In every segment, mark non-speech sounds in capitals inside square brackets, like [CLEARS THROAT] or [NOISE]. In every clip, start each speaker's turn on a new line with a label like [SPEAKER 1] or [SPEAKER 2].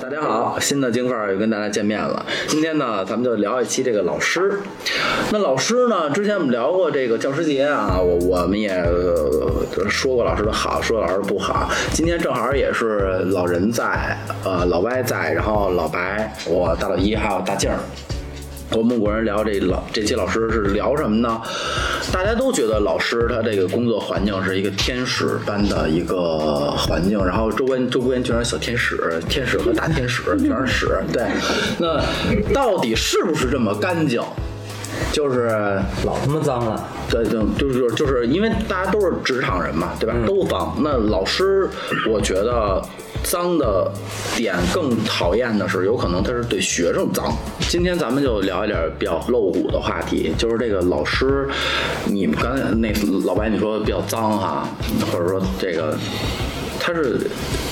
[SPEAKER 1] 大家好，新的京范儿又跟大家见面了。今天呢，咱们就聊一期这个老师。那老师呢，之前我们聊过这个教师节啊，我我们也、呃说过老师的好，说老师的不好。今天正好也是老人在，呃，老歪在，然后老白，我大老一还有大静儿。我们五个人聊这老这期老师是聊什么呢？大家都觉得老师他这个工作环境是一个天使般的一个环境，然后周边周边全是小天使、天使和大天使，全是屎。对，那到底是不是这么干净？就是
[SPEAKER 2] 老他妈脏了，
[SPEAKER 1] 对对，嗯就是就是因为大家都是职场人嘛，对吧？都脏。那老师，我觉得脏的点更讨厌的是，有可能他是对学生脏。今天咱们就聊一点比较露骨的话题，就是这个老师，你们刚才那老白你说比较脏哈、或者说这个。它是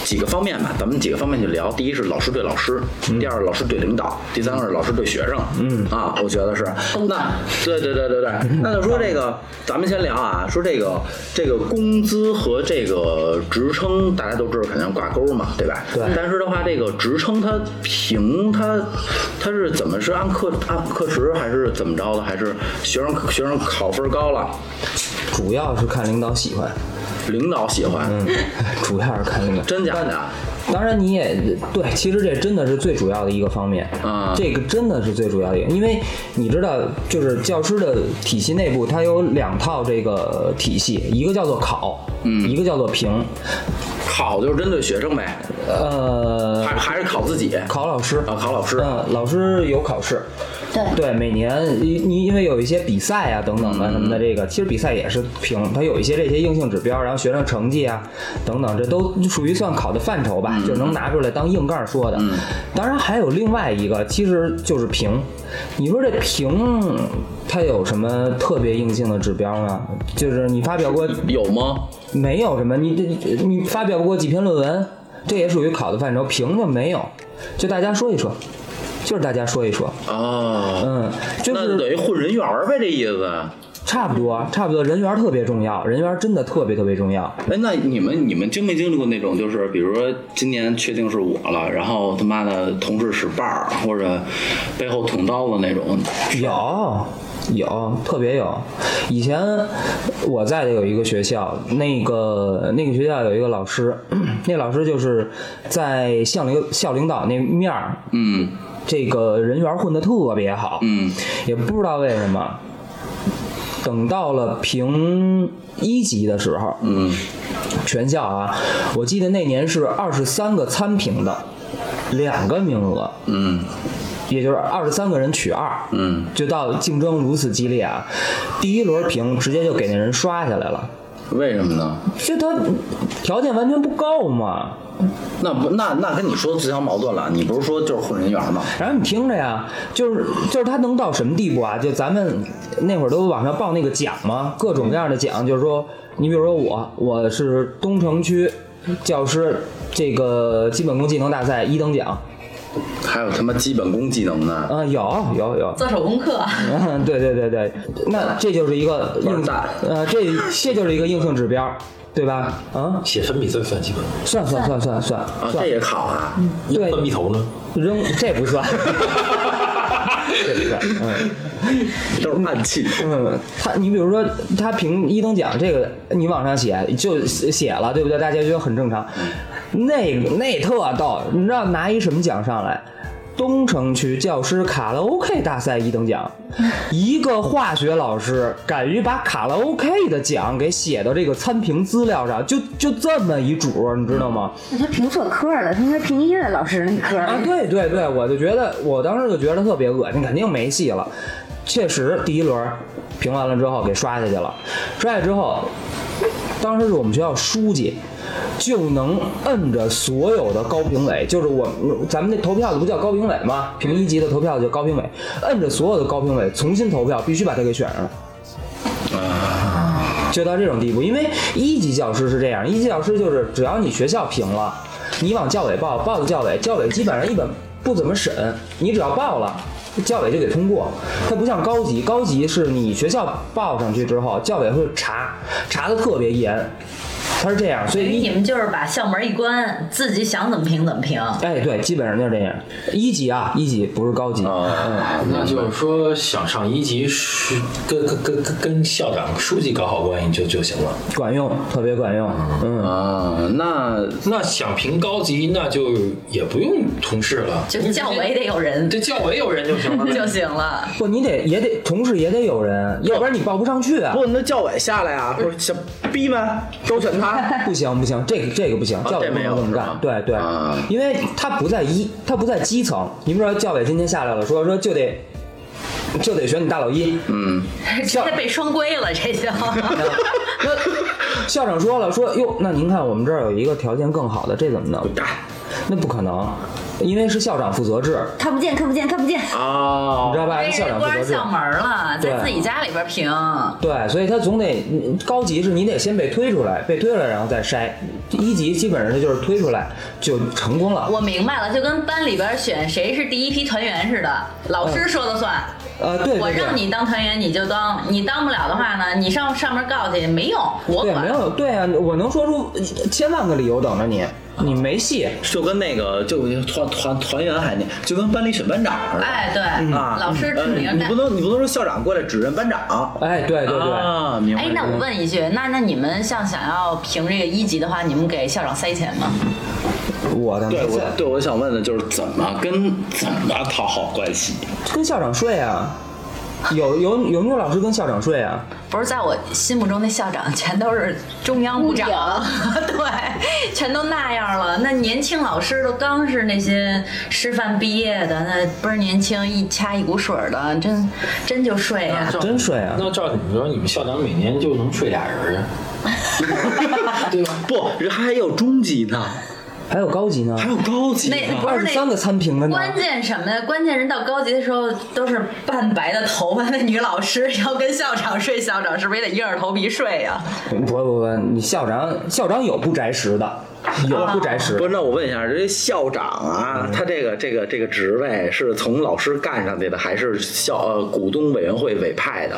[SPEAKER 1] 几个方面吧，咱们几个方面去聊。第一是老师对老师，
[SPEAKER 2] 嗯
[SPEAKER 1] 第二是老师对领导，第三个是老师对学生。嗯啊，我觉得是。那对对对对对，那就说这个，咱们先聊啊，说这个这个工资和这个职称，大家都知道肯定挂钩嘛，对吧？
[SPEAKER 2] 对
[SPEAKER 1] 但是的话，这个职称它评它它是怎么是按课按课时还是怎么着的？还是学生学生考分高了，
[SPEAKER 2] 主要是看领导喜欢，
[SPEAKER 1] 领导喜欢？
[SPEAKER 2] 嗯，主要是看领导。
[SPEAKER 1] 真假的啊？
[SPEAKER 2] 当然你也对，其实这真的是最主要的一个方面
[SPEAKER 1] 啊
[SPEAKER 2] 这个真的是最主要的一个，因为你知道，就是教师的体系内部，它有两套这个体系，一个叫做考，嗯，一个叫做评，
[SPEAKER 1] 考就是针对学生呗。
[SPEAKER 2] 呃，
[SPEAKER 1] 还还是考自己啊，
[SPEAKER 2] 考老师，
[SPEAKER 1] 考老师
[SPEAKER 2] 嗯，老师有考试，
[SPEAKER 3] 对，
[SPEAKER 2] 对，每年因因因为有一些比赛啊等等的什么的，这个其实比赛也是评，它有一些这些硬性指标，然后学生成绩啊等等，这都属于算考的范畴
[SPEAKER 1] 嗯
[SPEAKER 2] 吧，就能拿出来当硬杠说的。当然还有另外一个，其实就是评。你说这评它有什么特别硬性的指标呢？就是你发表过
[SPEAKER 1] 有吗？
[SPEAKER 2] 没有什么，你这你发表过几篇论文，这也属于考的范畴，评就没有，就大家说一说，就是大家说一说。
[SPEAKER 1] 哦，
[SPEAKER 2] 嗯，就
[SPEAKER 1] 那
[SPEAKER 2] 是
[SPEAKER 1] 等于混人缘儿呗，这意思。
[SPEAKER 2] 差不多，差不多，人缘儿特别重要，人缘儿真的特别特别重要。
[SPEAKER 1] 哎，那你们你们经没经历过那种，就是比如说今年确定是我了，然后他妈的同事使绊儿或者背后捅刀子那种，
[SPEAKER 2] 有有，特别有。以前我在的有一个学校，那个那个学校有一个老师， [CLEARS THROAT] 那老师就是在校领校领导那面儿，
[SPEAKER 1] 嗯
[SPEAKER 2] 这个人缘儿混得特别好，
[SPEAKER 1] 嗯，
[SPEAKER 2] 也不知道为什么。等到了评一级的时候，嗯，全校啊，我记得那年是二十三个参评的，两个名额，
[SPEAKER 1] 嗯
[SPEAKER 2] 也就是二十三个人取二，
[SPEAKER 1] 嗯，
[SPEAKER 2] 就到竞争如此激烈啊，第一轮评直接就给那人刷下来了，
[SPEAKER 1] 为什么呢？
[SPEAKER 2] 就他条件完全不够嘛。
[SPEAKER 1] 那不那那跟你说自相矛盾了，你不是说就是混人缘儿吗？
[SPEAKER 2] 然后你听着呀，就是就是他能到什么地步啊？就咱们那会儿都网上报那个奖嘛，各种各样的奖，就是说，你比如说我，我是东城区教师这个基本功技能大赛一等奖，
[SPEAKER 1] 还有他妈基本功技能呢，
[SPEAKER 2] 啊、有有有， [LAUGHS]
[SPEAKER 3] 做手工课，
[SPEAKER 2] 嗯，对对对对，那这就是一个硬
[SPEAKER 1] 玩大
[SPEAKER 2] 呃，这这就是一个硬性指标，对吧？啊，
[SPEAKER 4] 写粉笔算不算基本？
[SPEAKER 2] 算算算算算
[SPEAKER 1] 啊，这
[SPEAKER 2] 算，
[SPEAKER 1] 也考啊？
[SPEAKER 2] 对，
[SPEAKER 4] 换笔头呢？
[SPEAKER 2] 扔这不
[SPEAKER 4] [LAUGHS]
[SPEAKER 2] 算，这不算，嗯。
[SPEAKER 1] 都是暗器。
[SPEAKER 2] 嗯，他你比如说他评一等奖这个，你往上写就写了，对不对？大家觉得很正常。那那特逗，你知道拿一什么奖上来？东城区教师卡拉 OK 大赛一等奖，一个化学老师敢于把卡拉 OK 的奖给写到这个参评资料上，就就这么一主，你知道吗？
[SPEAKER 3] 那他评错科了，他应该评音乐老师那科。
[SPEAKER 2] 啊，对对对，我就觉得，我当时就觉得特别恶心，肯定没戏了。确实，第一轮评完了之后给刷下去了，刷下去之后，当时是我们学校书记就能摁着所有的高评委，就是我咱们那投票的不叫高评委吗？评一级的投票的叫高评委，摁着所有的高评委重新投票，必须把他给选上来。就到这种地步，因为一级教师是这样，一级教师就是只要你学校评了，你往教委报，报到教委，教委基本上一本不怎么审，你只要报了。教委就给通过，它不像高级，高级是你学校报上去之后，教委会查，查的特别严，他是这样，所以一
[SPEAKER 4] 你们就是把校门一关，自己想怎么评怎么评。
[SPEAKER 2] 哎，对，基本上就是这样。一级啊，一级不是高级，
[SPEAKER 1] 啊，
[SPEAKER 5] 那就是说，想上一级是跟跟跟跟跟校长、书记搞好关系就就行了。
[SPEAKER 2] 管用，特别管用。嗯，
[SPEAKER 1] 啊，那
[SPEAKER 5] 那想评高级，那就也不用同事了，
[SPEAKER 4] 就教委得有人
[SPEAKER 5] 这 [LAUGHS] 教委有人就行了。
[SPEAKER 4] 就行了。
[SPEAKER 2] 不，你得也得同事也得有人，要不然你报不上去啊。
[SPEAKER 1] 不，那教委下来
[SPEAKER 4] 嗯
[SPEAKER 1] 啊，说小逼们周旋
[SPEAKER 4] [LAUGHS]
[SPEAKER 1] 他。
[SPEAKER 2] 不行不行，这个这个不行，教委
[SPEAKER 1] 哦这
[SPEAKER 2] 不
[SPEAKER 1] 没有
[SPEAKER 2] 能这么
[SPEAKER 1] 是
[SPEAKER 2] 干
[SPEAKER 1] 吧。
[SPEAKER 2] 对对
[SPEAKER 1] 啊，
[SPEAKER 2] 因为他不在一，他不在基层。你们说教委今天下来了，说说就得就得选你大老一。
[SPEAKER 1] 嗯
[SPEAKER 4] 这被双规了，这叫
[SPEAKER 2] 那校长说了，说哟，那您看我们这儿有一个条件更好的，这怎么弄？那不可能，因为是校长负责制，
[SPEAKER 3] 看不见，看不见，看不见。
[SPEAKER 2] 你
[SPEAKER 1] 啊
[SPEAKER 2] 知，道吧？
[SPEAKER 4] 这
[SPEAKER 2] 校
[SPEAKER 4] 是
[SPEAKER 2] 长负
[SPEAKER 4] 关
[SPEAKER 2] 责
[SPEAKER 4] 上
[SPEAKER 2] 制。
[SPEAKER 4] 校门了，
[SPEAKER 2] 对
[SPEAKER 4] 在自己家里边评。
[SPEAKER 2] 对，所以他总得嗯高级是你得先被推出来，被推出来然后再筛。一级基本上它就是推出来就成功了。
[SPEAKER 4] 我明白了，就跟班里边选谁是第一批团员似的，老师说了算。
[SPEAKER 2] 呃，对
[SPEAKER 4] 我
[SPEAKER 2] 对
[SPEAKER 4] 让
[SPEAKER 2] 对，
[SPEAKER 4] 你当团员你就当，你当不了的话呢，你上上面告去没用，我
[SPEAKER 2] 对没
[SPEAKER 4] 管。
[SPEAKER 2] 有对啊，我能说出千万个理由等着你，你没戏。
[SPEAKER 1] 就跟那个就团团团员还那，就跟班里选班长似的。
[SPEAKER 4] 哎，对，
[SPEAKER 2] 嗯
[SPEAKER 1] 啊，
[SPEAKER 4] 老师指
[SPEAKER 1] 呃
[SPEAKER 4] 名
[SPEAKER 1] 你
[SPEAKER 4] 带
[SPEAKER 1] 不。能你不能说校长过来指认班长。
[SPEAKER 2] 哎，对对对，
[SPEAKER 1] 啊，明白。
[SPEAKER 4] 哎，那我问一句，那那你们像想要评这个一级的话，你们给校长塞钱吗？
[SPEAKER 2] 我的
[SPEAKER 1] 对
[SPEAKER 2] 没
[SPEAKER 1] 我对我想问的就是怎么跟怎么讨好关系？
[SPEAKER 2] 跟校长睡啊。有有有女老师跟校长睡啊？
[SPEAKER 4] 不是，在我心目中那校长全都是中央部
[SPEAKER 3] 部
[SPEAKER 4] 长
[SPEAKER 3] 长，
[SPEAKER 4] [LAUGHS] 对，全都那样了。那年轻老师都刚是那些师范毕业的，那倍儿年轻，一掐一股水儿的，真真就睡呀、
[SPEAKER 5] 照
[SPEAKER 2] 真睡
[SPEAKER 1] 嗯
[SPEAKER 2] 啊
[SPEAKER 5] 那照你说，你们校长每年就能睡俩人啊？
[SPEAKER 1] 不，人还有中级呢，
[SPEAKER 2] 还有高级呢？
[SPEAKER 1] 还有高级呢。
[SPEAKER 4] 那不
[SPEAKER 2] 二
[SPEAKER 4] 是
[SPEAKER 2] 十三个
[SPEAKER 4] 那。
[SPEAKER 2] 参评的呢？
[SPEAKER 4] 关键什么呀？关键人到高级的时候都是半白的头发的女老师， [LAUGHS] 要跟校长睡，校长是不是也得硬着头皮睡啊呀、
[SPEAKER 2] 不不不，你校长校长有不摘食的，有不摘食
[SPEAKER 1] 不。是，那我问一下，这校长啊，他这个这个这个职位是从老师干上去的，还是校呃股东委员会委派的？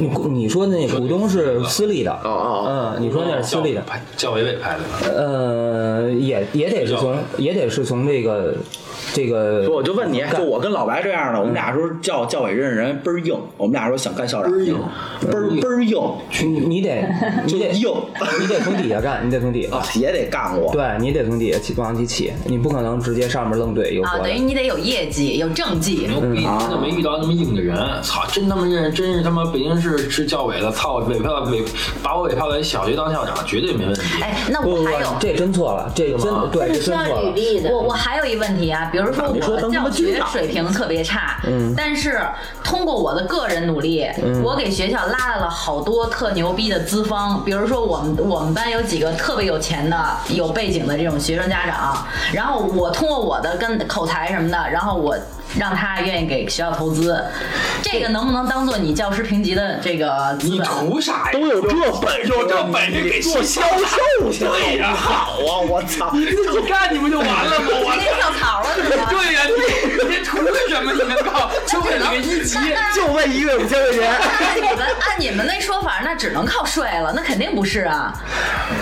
[SPEAKER 2] 你你说那股东是私立的，
[SPEAKER 1] 哦哦
[SPEAKER 2] 嗯，你说那是私立的，
[SPEAKER 5] 派教委委派的吧？
[SPEAKER 2] 呃，也也得是从也得是从这个这个，
[SPEAKER 1] 我就问你，
[SPEAKER 2] 干
[SPEAKER 1] 就我跟老白这样的，我们俩说教教委认识人倍儿硬，我们俩说想干校长，嗯倍儿硬，倍儿倍儿硬，
[SPEAKER 2] 你你得你得
[SPEAKER 1] 硬
[SPEAKER 2] 你得从底下干，你得从底下
[SPEAKER 1] 啊，也得干过。
[SPEAKER 2] 对你得从底下起往起起，你不可能直接上面愣怼又
[SPEAKER 4] 啊？
[SPEAKER 2] 过
[SPEAKER 4] 等
[SPEAKER 2] 来。
[SPEAKER 4] 于你得有业绩，有政绩。
[SPEAKER 5] 牛逼！真的没遇到那么硬的人，操！真他妈认，真是他妈北京市市教委的，操！委派委把我委派为小学当校长，绝对没问题。
[SPEAKER 4] 哎，那
[SPEAKER 2] 不不
[SPEAKER 4] 我
[SPEAKER 2] 不
[SPEAKER 4] 还有，，
[SPEAKER 2] 这真错了，这真
[SPEAKER 5] 吗
[SPEAKER 2] 对，
[SPEAKER 3] 这
[SPEAKER 2] 这
[SPEAKER 3] 是需
[SPEAKER 2] 真
[SPEAKER 3] 要
[SPEAKER 2] 错
[SPEAKER 3] 履
[SPEAKER 2] 了。
[SPEAKER 3] 历的。
[SPEAKER 4] 我我还有一问题啊，比如说
[SPEAKER 1] 你说
[SPEAKER 4] 我
[SPEAKER 1] 当他妈
[SPEAKER 4] 教
[SPEAKER 1] 军
[SPEAKER 4] 学
[SPEAKER 1] 长
[SPEAKER 4] 水平特别差，但是通过我的个人努力，我给学校拉来了好多特牛逼的资方，比如说我们我们班有几个特别有钱的、有背景的这种学生家长，然后我通过我的跟口才什么的，然后我。让他愿意给学校投资，这个能不能当做你教师评级的这个资
[SPEAKER 5] 你
[SPEAKER 4] 本？
[SPEAKER 5] 图啥呀？
[SPEAKER 1] 都有哎这本事，
[SPEAKER 5] 有这本事给
[SPEAKER 1] 做
[SPEAKER 5] 学
[SPEAKER 1] 销
[SPEAKER 5] 校
[SPEAKER 1] 售去，
[SPEAKER 5] 对呀
[SPEAKER 1] 好啊，我操！
[SPEAKER 5] 自己干你不就完了吗？我
[SPEAKER 4] 直接跳槽了，你知啊道吗
[SPEAKER 5] [LAUGHS] 对呀、你你这图什么？你能告就为了个一级，
[SPEAKER 1] 就问一个月五千块钱，
[SPEAKER 4] 啊 [LAUGHS] 按你们按你们那说法，那只能靠睡了，那肯定不是啊，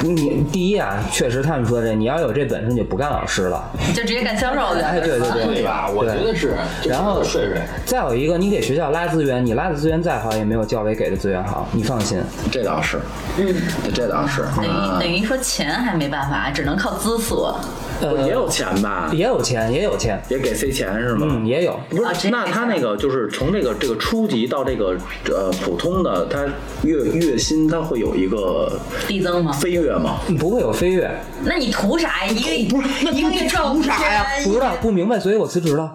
[SPEAKER 2] 你第一啊，确实他们说这，你要有这本事，你就不干老师了。
[SPEAKER 4] 就直接干销售去。
[SPEAKER 2] 哎，对对对，
[SPEAKER 5] 对吧？我觉得是。
[SPEAKER 2] 然后
[SPEAKER 5] 睡睡，
[SPEAKER 2] 再有一个，你给学校拉资源，你拉的资源再好，也没有教委给的资源好。你放心，
[SPEAKER 1] 这倒是，嗯，这倒是，
[SPEAKER 4] [LAUGHS]
[SPEAKER 1] 嗯
[SPEAKER 4] 等于等于说钱还没办法，只能靠姿色。
[SPEAKER 1] 不也有钱吧？
[SPEAKER 2] 呃也有钱，也有钱，
[SPEAKER 1] 也给塞钱是吗？
[SPEAKER 2] 嗯，也有。
[SPEAKER 1] 不
[SPEAKER 4] 啊
[SPEAKER 1] 是，
[SPEAKER 4] 这
[SPEAKER 1] 那他那个就是从这个这个初级到这个呃普通的，他月月薪他会有一个
[SPEAKER 4] 递增吗？
[SPEAKER 1] 飞跃吗？
[SPEAKER 2] 不会有飞跃，
[SPEAKER 4] 那你图啥呀？一个
[SPEAKER 1] 不是那
[SPEAKER 4] 一个月赚五啥呀？
[SPEAKER 2] 不知道不明白，所以我辞职了。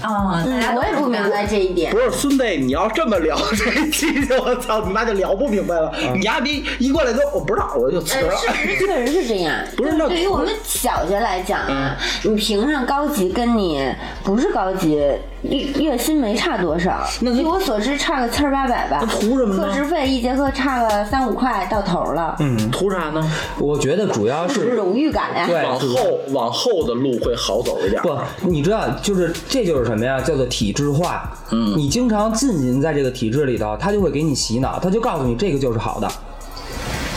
[SPEAKER 4] 啊，大家
[SPEAKER 3] 嗯，
[SPEAKER 4] 都
[SPEAKER 3] 我也不明白这一点
[SPEAKER 1] 不。是孙辈，你要这么聊 [LAUGHS] 这期，我操你妈就聊不明白了。你丫逼一过来就我不知道，我就辞
[SPEAKER 3] 呃
[SPEAKER 1] 了，。
[SPEAKER 3] 事实确实是这样。
[SPEAKER 1] [LAUGHS] 不是那嗯
[SPEAKER 3] 对于我们小学来讲啊，你评上高级跟你不是高级，月月薪没差多少。据我所知，差个千儿八百吧。
[SPEAKER 1] 图什么呢
[SPEAKER 3] 课时费一节课差个三五块到头了，嗯，
[SPEAKER 1] 图啥呢？
[SPEAKER 2] 我觉得主要
[SPEAKER 3] 是
[SPEAKER 2] 是
[SPEAKER 3] 荣誉感呀。
[SPEAKER 2] 对
[SPEAKER 1] 往
[SPEAKER 2] 主
[SPEAKER 1] 后往后的路会好走一点。
[SPEAKER 2] 不，你知道，就是这就是什么呀？叫做体制化。嗯，你经常浸淫在这个体制里头，他就会给你洗脑，他就告诉你这个就是好的。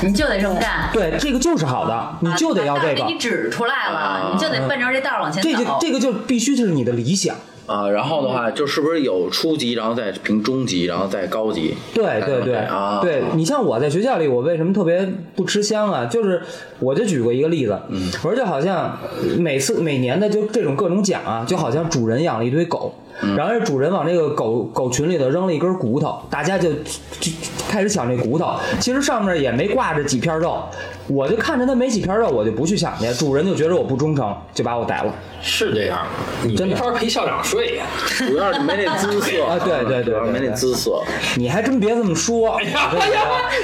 [SPEAKER 4] 你就得这么干。啊
[SPEAKER 2] 对，这个就是好的，你就得要
[SPEAKER 4] [LAUGHS]
[SPEAKER 2] 这
[SPEAKER 4] 把大
[SPEAKER 2] 个
[SPEAKER 4] 给，你指出来了，你就得奔着这道儿往前走。
[SPEAKER 2] 这就这个就必须就是你的理想。
[SPEAKER 1] 啊，然后的话
[SPEAKER 3] 嗯
[SPEAKER 1] 就是不是有初级，然后再评中级，然后再高级？
[SPEAKER 2] 对
[SPEAKER 1] 大概
[SPEAKER 2] 对对，
[SPEAKER 1] 啊，
[SPEAKER 2] 对你像我在学校里，我为什么特别不吃香啊？就是我就举过一个例子，我说就好像每次每年的就这种各种奖啊，就好像主人养了一堆狗，然后这主人往这个狗狗群里头扔了一根骨头，大家就就就开始抢这骨头，其实上面也没挂着几片肉，我就看着它没几片肉，我就不去抢去，主人就觉得我不忠诚，就把我逮了。
[SPEAKER 5] 是这样，你
[SPEAKER 2] 真
[SPEAKER 5] 没
[SPEAKER 2] 的
[SPEAKER 5] 法陪校长睡呀。
[SPEAKER 1] 主要是没那姿 [LAUGHS] 色
[SPEAKER 2] 啊对对对对
[SPEAKER 1] 主要是没那姿色。
[SPEAKER 2] 你还真别这么说，
[SPEAKER 5] [LAUGHS] 哎呀，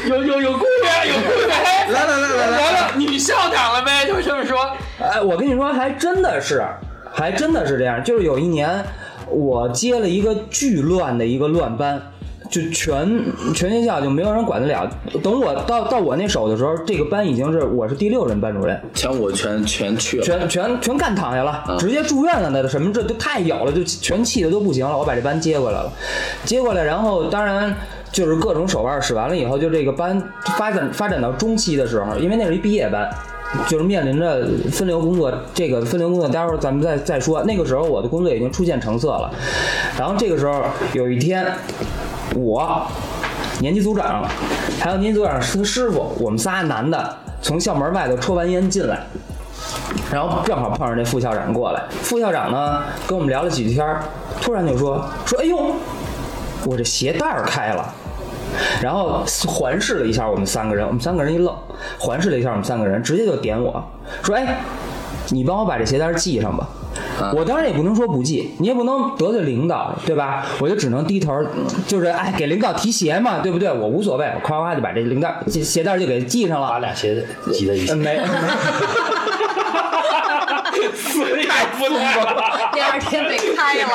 [SPEAKER 5] 有有有故事，有故事！
[SPEAKER 1] 来
[SPEAKER 5] 来
[SPEAKER 1] 来来来来，
[SPEAKER 5] 来，女校长了呗，就这么说。
[SPEAKER 2] 哎，我跟你说，还真的是，还真的是这样。就是有一年，我接了一个巨乱的一个乱班，就全全学校就没有人管得了。等我到到我那手的时候，这个班已经是我是第六任班主任，
[SPEAKER 1] 全我全全去了，啊
[SPEAKER 2] 全全全干躺下了，直接住院了那都什么这都太有了，就全气的都不行了。我把这班接过来了，接过来，然后当然就是各种手腕使完了以后，就这个班发展发展到中期的时候，因为那是一毕业班。就是面临着分流工作，这个分流工作，待会儿咱们再再说。那个时候我的工作已经初见成色了，然后这个时候有一天，我年级组长，还有年级组长他师傅，我们仨男的从校门外头抽完烟进来，然后正好碰上这副校长过来，副校长呢跟我们聊了几句天儿，突然就说说，哎呦，我这鞋带儿开了。然后环视了一下我们三个人，我们三个人一愣，环视了一下我们三个人，直接就点我说：“哎，你帮我把这鞋带儿系上吧。”
[SPEAKER 5] 嗯
[SPEAKER 2] 我当然也不能说不系，你也不能得罪领导，对吧？我就只能低头，就是哎，给领导提鞋嘛，对不对？我无所谓，我夸夸就把这领带这鞋带儿就给系上了。
[SPEAKER 5] 把俩鞋挤在一
[SPEAKER 2] 呃
[SPEAKER 5] 起，
[SPEAKER 2] 没，
[SPEAKER 5] 太不赖 [LAUGHS] 了，
[SPEAKER 4] 第二天被开了，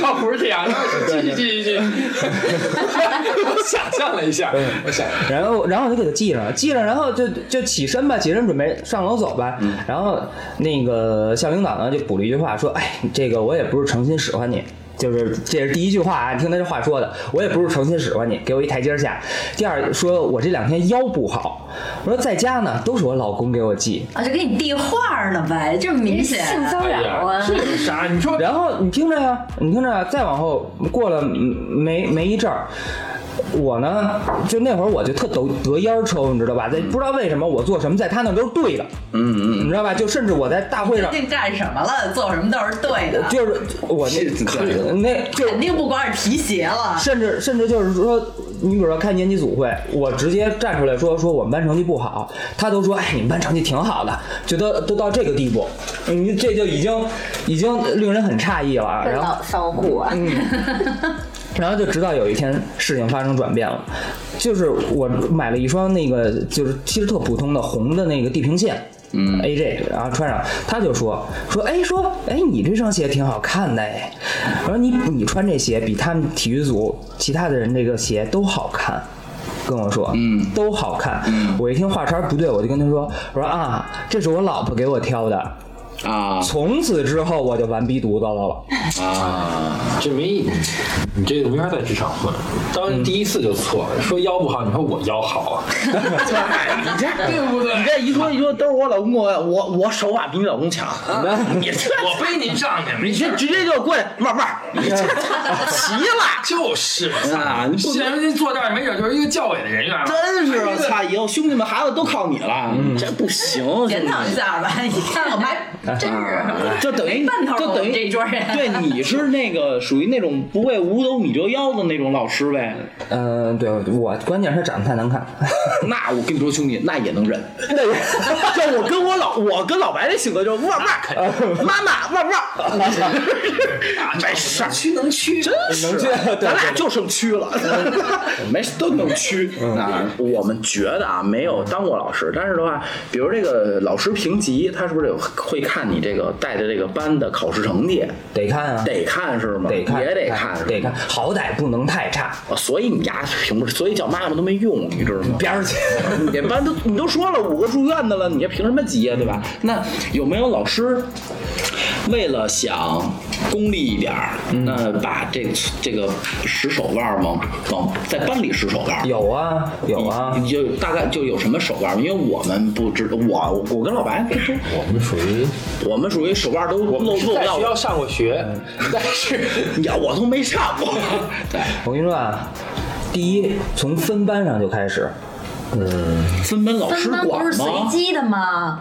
[SPEAKER 5] [LAUGHS] 哦，不是这样，继续继续继续。 [LAUGHS] 我想象了一下，我想，
[SPEAKER 2] 然后然后我就给他系上了，系上，然后就就起身吧，起身准备上楼走吧。然后那个校领导呢就补了一句话，说：“哎，这个我也不是诚心使唤你。”就是这是第一句话啊，你听他这话说的，我也不是诚心使唤你，给我一台阶下。第二，说我这两天腰不好，我说在家呢都是我老公给我系。
[SPEAKER 4] 啊，就给你递话儿呢呗，这么明显。
[SPEAKER 3] 性骚扰
[SPEAKER 4] [LAUGHS]
[SPEAKER 5] 哎呀，
[SPEAKER 3] 啊！
[SPEAKER 5] 这是啥？你
[SPEAKER 2] [LAUGHS]
[SPEAKER 5] 说
[SPEAKER 2] 然后你听着呀，你听着呀，再往后过了嗯没没一阵儿。我呢，就那会儿我就特得得烟儿抽，你知道吧？在不知道为什么我做什么，在他那都是对的，
[SPEAKER 1] 嗯嗯，
[SPEAKER 2] 你知道吧？就甚至我在大会上
[SPEAKER 4] 最，近干什么了？做什么都是对的，
[SPEAKER 2] 就是我
[SPEAKER 1] 是可以的
[SPEAKER 2] 那那就
[SPEAKER 4] 肯定不光是提鞋了。
[SPEAKER 2] 甚至甚至就是说，你比如说开年级组会，我直接站出来说说我们班成绩不好，他都说哎你们班成绩挺好的，就都都到这个地步，你这就已经已经令人很诧异了啊。然后
[SPEAKER 3] 老骚货啊！
[SPEAKER 1] 嗯
[SPEAKER 2] 然后就直到有一天事情发生转变了，就是我买了一双那个就是其实特普通的红的那个地平线。嗯，AJ，然后穿上，他就说说，哎，说，哎，你这双鞋挺好看的，哎，我说你你穿这鞋比他们体育组其他的人这个鞋都好看，跟我说，嗯，都好看。我一听话茬儿不对，我就跟他说，我说啊，这是我老婆给我挑的。
[SPEAKER 1] 啊
[SPEAKER 2] 从此之后我就完逼犊子了了。 [LAUGHS]
[SPEAKER 1] 啊，
[SPEAKER 5] 这没，你这个没法在职场混。当第一次就错，说腰不好，你说我腰好，啊
[SPEAKER 1] 哎你这对不对？你这一说一说都是我老公给我，我我手啊法比你老公强，你这
[SPEAKER 5] 我背您上去，
[SPEAKER 1] 你这直接就过来，妹儿妹儿，你这齐了，
[SPEAKER 5] 就是
[SPEAKER 1] 啊你不
[SPEAKER 5] 显然坐这儿没准就是一个教委的人员了。
[SPEAKER 1] 真是我操！以后兄弟们孩子都靠你了，这不行，
[SPEAKER 4] 检
[SPEAKER 1] 兄弟
[SPEAKER 4] 讨一下吧，你看我们还真是
[SPEAKER 1] 就等于
[SPEAKER 4] 没奔头
[SPEAKER 1] 就等于
[SPEAKER 4] 我们这一桌人
[SPEAKER 1] 对，你是那个属于那种不会五斗米折腰的那种老师呗。
[SPEAKER 2] 嗯，对我关键是他长得太难看，
[SPEAKER 1] 那我跟你说，兄 [LAUGHS] 弟，那也能忍。就我跟我老我跟老白这性格就是哇哇，妈妈哇 [LAUGHS] 哇，没事儿，
[SPEAKER 5] 区能区，真
[SPEAKER 1] 能屈， [LAUGHS] 咱俩就剩蛆了， [LAUGHS] 没事都能蛆啊。我们觉得啊，没有当过老师，但是的话，比如这个老师评级，他是不是有会看你这个带的这个班的考试成绩？
[SPEAKER 2] 得看啊，
[SPEAKER 1] 得看是吗？
[SPEAKER 2] 得看，
[SPEAKER 1] 也得看是吗，
[SPEAKER 2] 得看，好歹不能太差。
[SPEAKER 1] 啊所以你丫平不，所以叫妈妈都没用，你知道吗？
[SPEAKER 2] 边儿去， [LAUGHS]
[SPEAKER 1] 你这班都你都说了五个住院的了，你这凭什么急呀，对吧？那有没有老师为了想功利一点儿，那把这这个使手腕儿往往在班里使手腕儿。
[SPEAKER 2] 有啊有啊，
[SPEAKER 1] 你就大概就有什么手腕儿？因为我们不知我我跟老白不知，
[SPEAKER 5] 我们属于
[SPEAKER 1] 我们属于手腕儿都露露不
[SPEAKER 5] 在
[SPEAKER 1] 到
[SPEAKER 5] 学校上过学， [LAUGHS] 但是
[SPEAKER 1] 呀，我都没上 [LAUGHS] 过。对，
[SPEAKER 2] 我跟你说啊，第一从分班上就开始，
[SPEAKER 1] 分班老师
[SPEAKER 4] 分班不
[SPEAKER 1] 管
[SPEAKER 4] 是随
[SPEAKER 1] 吗？
[SPEAKER 4] 机的吗？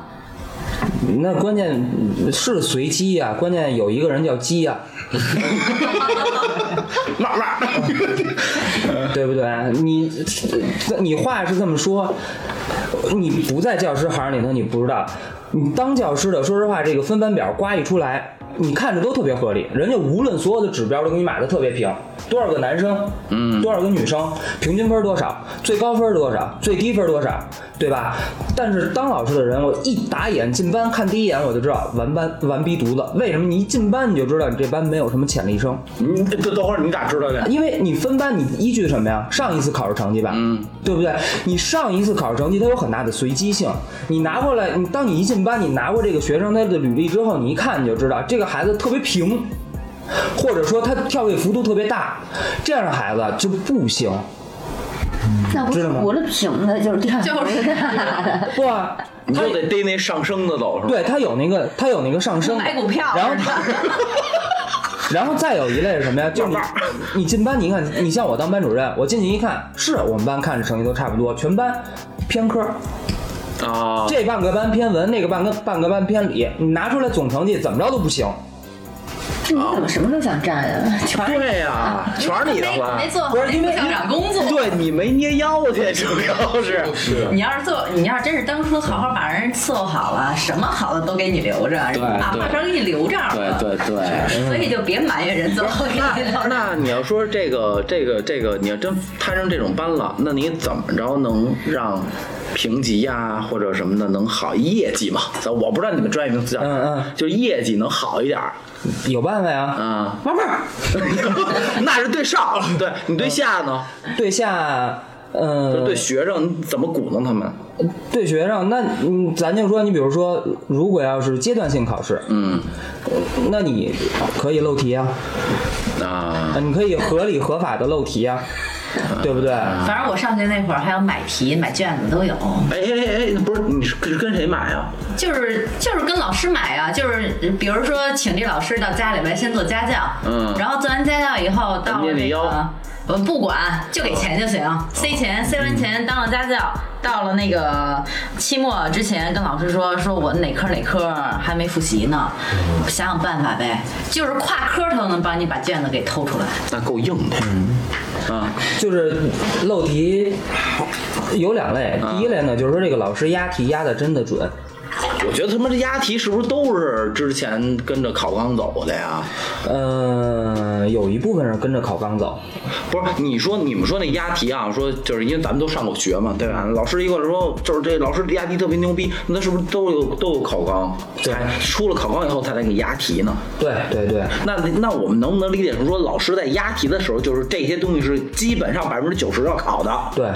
[SPEAKER 2] 那关键是随机呀、关键有一个人叫鸡啊呀、
[SPEAKER 1] 慢慢， [LAUGHS]
[SPEAKER 2] 对不对？你你话是这么说，你不在教师行里头，你不知道。你当教师的，说实话，这个分班表呱一出来，你看着都特别合理，人家无论所有的指标都给你码的特别平，多少个男生，嗯，多少个女生，平均分多少，最高分多少，最低分多少，对吧？但是当老师的人，我一打眼进班看第一眼，我就知道完班完逼犊子。为什么？你一进班你就知道你这班没有什么潜力生，
[SPEAKER 1] 你等等会儿你咋知道的？
[SPEAKER 2] 因为你分班，你依据什么呀？上一次考试成绩吧，嗯，对不对？你上一次考试成绩它有很大的随机性，你拿过来，你当你一进班，你拿过这个学生他的履历之后，你一看你就知道这个孩子特别平，或者说他跳跃幅度特别大，这样的孩子就不行。
[SPEAKER 3] 那不
[SPEAKER 2] 知
[SPEAKER 3] 是
[SPEAKER 2] 道吗
[SPEAKER 3] 除了平的，就是掉
[SPEAKER 4] 就是啊
[SPEAKER 3] 头发的。
[SPEAKER 2] 不啊，
[SPEAKER 1] 你就得逮那上升的走是吧？
[SPEAKER 2] 对他有那个他有那个上升，
[SPEAKER 4] 买股票
[SPEAKER 2] 然后他。然后再有一类是什么呀？就是你，你进班，你看，你像我当班主任，我进去一看，是我们班看着成绩都差不多，全班偏科，
[SPEAKER 1] 啊，
[SPEAKER 2] 这半个班偏文，那个半个半个班偏理，你拿出来总成绩怎么着都不行。
[SPEAKER 3] 这你怎么什么都想占啊？
[SPEAKER 1] 对呀，全是你的
[SPEAKER 4] 啊没
[SPEAKER 1] 了
[SPEAKER 4] 没。做好
[SPEAKER 2] 不是因为
[SPEAKER 4] 校长工作。
[SPEAKER 1] 对你没捏腰啊去，主要是
[SPEAKER 5] 是
[SPEAKER 4] 你 [LAUGHS] 要是做，你要是真是当初好好把人伺候好了，什么好的都给你留着，
[SPEAKER 1] 对
[SPEAKER 4] 把
[SPEAKER 1] 对
[SPEAKER 4] 花生给你留这儿
[SPEAKER 1] 对
[SPEAKER 4] 了。
[SPEAKER 1] 对对。
[SPEAKER 4] 所以就别埋怨人最后给你留
[SPEAKER 1] [LAUGHS]
[SPEAKER 4] 着。
[SPEAKER 1] 那你要说这个这个这个，你要真摊上这种班了，那你怎么着能让评级呀、或者什么的能好业绩嘛？咱我不知道你们专业名词叫，
[SPEAKER 2] 嗯嗯，
[SPEAKER 1] 就是业绩能好一点儿
[SPEAKER 2] 有办法呀，。
[SPEAKER 1] 啊
[SPEAKER 2] 慢慢儿
[SPEAKER 1] [LAUGHS] 那是对上，对你对下呢，
[SPEAKER 2] 对下，
[SPEAKER 1] 嗯就是
[SPEAKER 2] 呃，
[SPEAKER 1] 对学生你怎么鼓弄他们？
[SPEAKER 2] 对学生，那嗯，咱就说，你比如说，如果要是阶段性考试，
[SPEAKER 1] 嗯
[SPEAKER 2] 那你可以漏题啊，
[SPEAKER 1] 啊，
[SPEAKER 2] 你可以合理合法的漏题啊，
[SPEAKER 1] 嗯
[SPEAKER 2] 对不对？
[SPEAKER 4] 反正我上学那会儿还有买题、买卷子都有，
[SPEAKER 1] 哎哎哎哎，不是你是跟跟谁买啊？
[SPEAKER 4] 就是就是跟老师买啊，就是比如说请这老师到家里来先做家教，
[SPEAKER 1] 嗯
[SPEAKER 4] 然后做完家教以后到了
[SPEAKER 1] 捏
[SPEAKER 4] 那
[SPEAKER 1] 你
[SPEAKER 4] 个
[SPEAKER 1] 腰。
[SPEAKER 4] 呃，不管就给钱就行，塞钱，塞完钱当了家教，到了那个期末之前跟老师说，说我哪科哪科还没复习呢，想想办法呗，就是跨科他都能帮你把卷子给偷出来。
[SPEAKER 1] 那够硬的、啊，
[SPEAKER 2] 就是漏题有两类，
[SPEAKER 1] 嗯
[SPEAKER 2] 第一类呢，就是说这个老师押题押的真的准，
[SPEAKER 1] 我觉得他妈这押题是不是都是之前跟着考纲走的呀？
[SPEAKER 2] 嗯、有一部分是跟着考纲走，
[SPEAKER 1] 不是，你说你们说那押题啊，说就是因为咱们都上过学嘛，对吧？老师一过来说，就是这老师押题特别牛逼，那他是不是都有都有考纲？
[SPEAKER 2] 对
[SPEAKER 1] 才出了考纲以后，他才给押题呢。
[SPEAKER 2] 对对对，
[SPEAKER 1] 那那我们能不能理解成说，老师在押题的时候，就是这些东西是基本上百分之九十要考的
[SPEAKER 2] 对，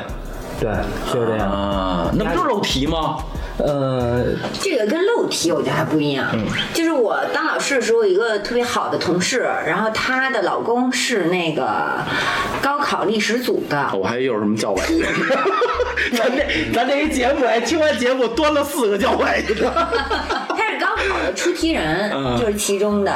[SPEAKER 2] 对，就是这样。
[SPEAKER 1] 啊？那不就是漏题吗？
[SPEAKER 2] 呃，
[SPEAKER 6] 这个跟漏题我觉得还不一样，就是我当老师的时候，有一个特别好的同事，然后她的老公是那个高考历史组的， [LAUGHS]
[SPEAKER 1] 我还以为有什么教委？ [LAUGHS] 咱这咱这一节目，哎，听完节目端了四个教委去了。
[SPEAKER 6] 他是高考的出题人
[SPEAKER 1] 嗯，
[SPEAKER 6] 就是其中的。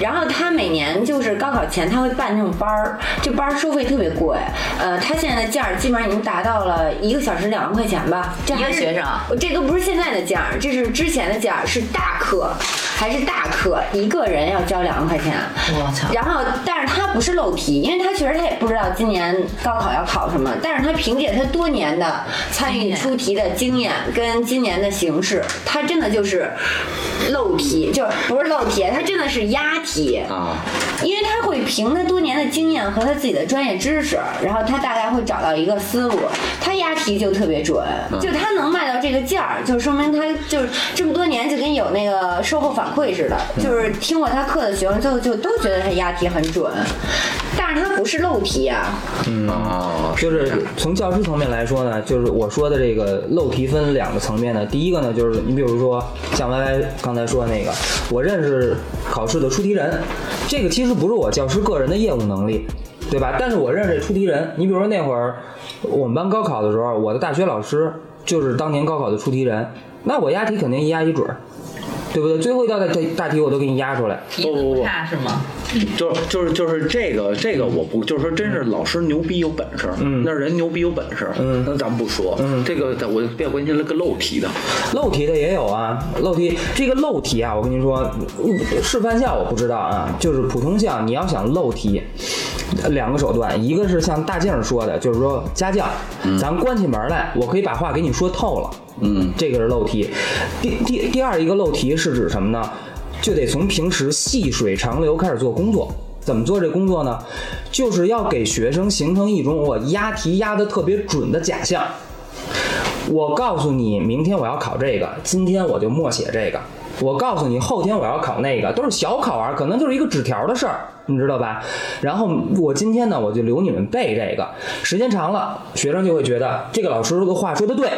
[SPEAKER 6] 然后他每年就是高考前他会办那种班儿，这班儿收费特别贵。呃，他现在的价儿基本上已经达到了一个小时两万块钱吧。这还是
[SPEAKER 4] 一个学生
[SPEAKER 6] 这都不是现在的价儿，这是之前的价儿，是大课还是大课，一个人要交两万块钱。
[SPEAKER 4] 我操！
[SPEAKER 6] 然后，但是他不是漏题，因为他确实他也不知道今年高考要考什么，但是他凭借他多年的参与出题的经验跟今年的形式，他真的就是漏题，就是不是漏题，他真的是押题，
[SPEAKER 1] 啊，
[SPEAKER 6] 因为他会凭他多年的经验和他自己的专业知识，然后他大概会找到一个思路，他押题就特别准，就他能卖到这个价儿，就说明他就是这么多年就跟有那个售后反馈似的，就是听过他课的学生最后就都觉得他押题很准。大但是它不是漏题啊。
[SPEAKER 1] 啊，
[SPEAKER 2] 就是从教师层面来说呢，就是我说的这个漏题分两个层面呢。第一个呢，就是你比如说像 Y Y 刚才说的那个，我认识考试的出题人，这个其实不是我教师个人的业务能力。对吧？但是我认识这出题人，你比如说那会儿我们班高考的时候，我的大学老师就是当年高考的出题人，那我押题肯定一押一准儿，对不对？最后一道大大题我都给你押出来，
[SPEAKER 4] 题子不差是吗？
[SPEAKER 1] 就就是就是这个这个我不就是说真是老师牛逼有本事，嗯，那人牛逼有本事，嗯，那咱们不说，嗯，这个咱我就比较关心了个漏题的，
[SPEAKER 2] 漏题的也有啊，漏题这个漏题啊，我跟您说，嗯示范项我不知道啊，就是普通项你要想漏题，呃两个手段，一个是像大静说的，就是说家教，咱关起门来，我可以把话给你说透了，嗯，这个是漏题。第第第二一个漏题是指什么呢？就得从平时细水长流开始做工作。怎么做这工作呢？就是要给学生形成一种我押题押的特别准的假象。我告诉你，明天我要考这个，今天我就默写这个。我告诉你，后天我要考那个，都是小考啊，可能就是一个纸条的事儿，你知道吧？然后我今天呢，我就留你们背这个，时间长了，学生就会觉得这个老师的话说的对，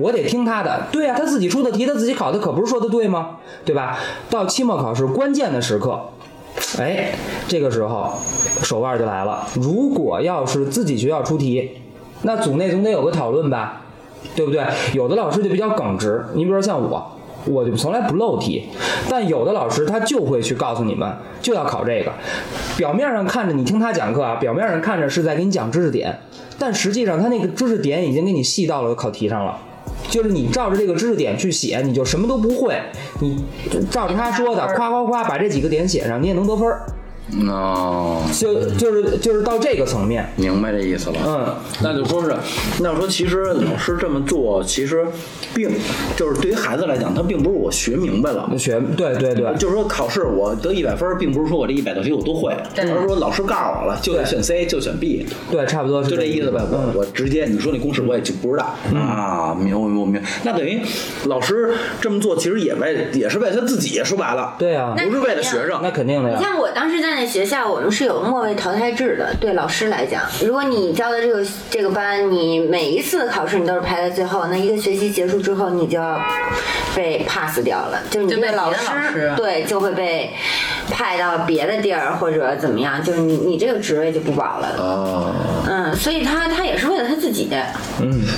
[SPEAKER 2] 我得听他的。对啊，他自己出的题，他自己考的，可不是说的对吗？对吧？到期末考试关键的时刻，哎，这个时候手腕就来了。如果要是自己学校出题，那组内总得有个讨论吧，对不对？有的老师就比较耿直，你比如说像我。我就从来不漏题，但有的老师他就会去告诉你们，就要考这个。表面上看着你听他讲课啊，表面上看着是在给你讲知识点，但实际上他那个知识点已经给你细到了考题上了。就是你照着这个知识点去写，你就什么都不会，你照着他说的，夸夸夸把这几个点写上，你也能得分儿。
[SPEAKER 1] 哦，
[SPEAKER 2] 就就是就是到这个层面，
[SPEAKER 1] 明白这意思了，
[SPEAKER 2] 嗯，
[SPEAKER 1] 那就说是，那说其实老师这么做，其实并就是对于孩子来讲，他并不是我学明白了。
[SPEAKER 2] 学对对对，
[SPEAKER 1] 就是说，考试我得一百分，并不是说我这一百道题我都会，而是说老师告诉我了，就得选 C，就选 B，
[SPEAKER 2] 对，差不多是
[SPEAKER 1] 哦就这意思呗。我我直接你说那公式我也就不知道啊，明我明我明。那等于老师这么做，其实也为也是为他自己，说白了，
[SPEAKER 2] 对啊，
[SPEAKER 1] 不是为了学生
[SPEAKER 2] 那。肯定的
[SPEAKER 6] 你
[SPEAKER 2] 呀，
[SPEAKER 6] 像我当时在那学校，我们是有末位淘汰制的。对老师来讲，如果你教的这个这个班，你每一次考试你都是排在最后，那一个学期结束之后，你就要被 pass 掉了，就是你
[SPEAKER 4] 就被
[SPEAKER 6] 这
[SPEAKER 4] 别的
[SPEAKER 6] 老师
[SPEAKER 4] 老师
[SPEAKER 6] 对就会被派到别的地儿或者怎么样，就是你你这个职位就不保了。
[SPEAKER 1] 啊，
[SPEAKER 6] 嗯，所以他他也是为了他自己的。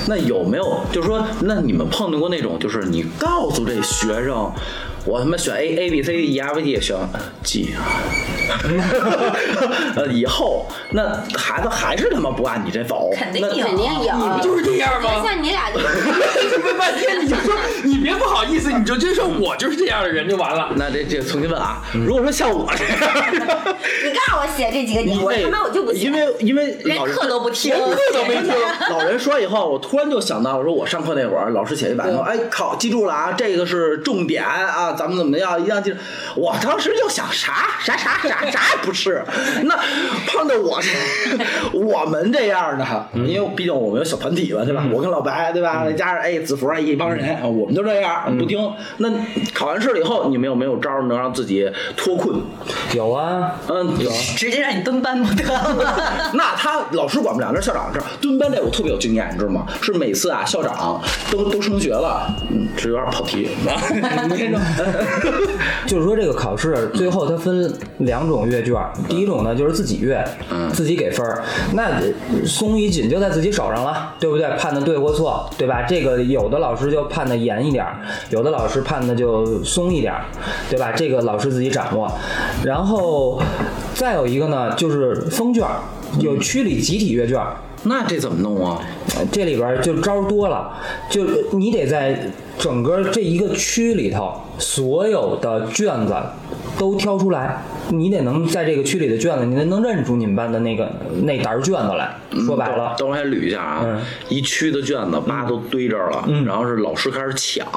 [SPEAKER 1] 那有没有就是说，那你们碰见过那种，就是你告诉这学生，我他妈选 A A B C E F G 选 G，呃，以后那孩子还是他妈不按你这走，
[SPEAKER 4] 肯定
[SPEAKER 1] 那
[SPEAKER 4] 有
[SPEAKER 6] 肯定有，
[SPEAKER 5] 你不就是这
[SPEAKER 4] [LAUGHS]
[SPEAKER 5] 样
[SPEAKER 4] 啊
[SPEAKER 5] 吗？
[SPEAKER 6] 像你俩就
[SPEAKER 5] 问半天你就说你别不好意思，你就真说我就是这样的人就完了。
[SPEAKER 1] 那这这重新问啊，如果说像我这样，
[SPEAKER 6] 你告诉我写这几个点，我他妈我就不写
[SPEAKER 1] 因。为因为老人
[SPEAKER 4] 连课都不听
[SPEAKER 1] 连课都没听。老人说以后，我突然就想到，我说我上课那会儿，老师写一百分，哎，考记住了啊，这个是重点啊，咱们怎么样一定要记住。我当时就想啥啥啥啥啥也不是，那碰到我这 [LAUGHS] 我们这样的，因为毕竟我们有小团体了，对吧？我跟老白，对吧？再加上哎子福啊一帮人，啊我们就这样不听。那考完试了以后，你们有没有招儿能让自己脱困？
[SPEAKER 2] 有啊，
[SPEAKER 1] 嗯，有。
[SPEAKER 4] 直接让你蹲班不得了。
[SPEAKER 1] [LAUGHS] 那他老师管不了，那是校长的事儿。蹲班这我特别有经验，你知道吗？是每次啊，校长都都升学了，嗯，这有点跑题。啊
[SPEAKER 4] [LAUGHS]
[SPEAKER 1] 你先说，
[SPEAKER 2] 就是说这个考试最后它分两种阅卷，第一种呢就是自己阅，自己给分儿，那呃松与紧就在自己手上了，对不对？判的对或错，对吧？这个有的老师就判的严一点儿，有的老师判的就松一点儿，对吧？这个老师自己掌握。然后再有一个呢，就是封卷儿，有区里集体阅卷儿。
[SPEAKER 1] [LAUGHS] 那这怎么弄啊？
[SPEAKER 2] 呃这里边儿就招儿多了，就呃你得在整个这一个区里头，所有的卷子都挑出来，你得能在这个区里的卷子，你得能认出你们班的那个那沓儿卷子来。说白嗯了，
[SPEAKER 1] 等会儿先捋一下啊，一区的卷子叭都堆这儿了，然后是老师开始抢。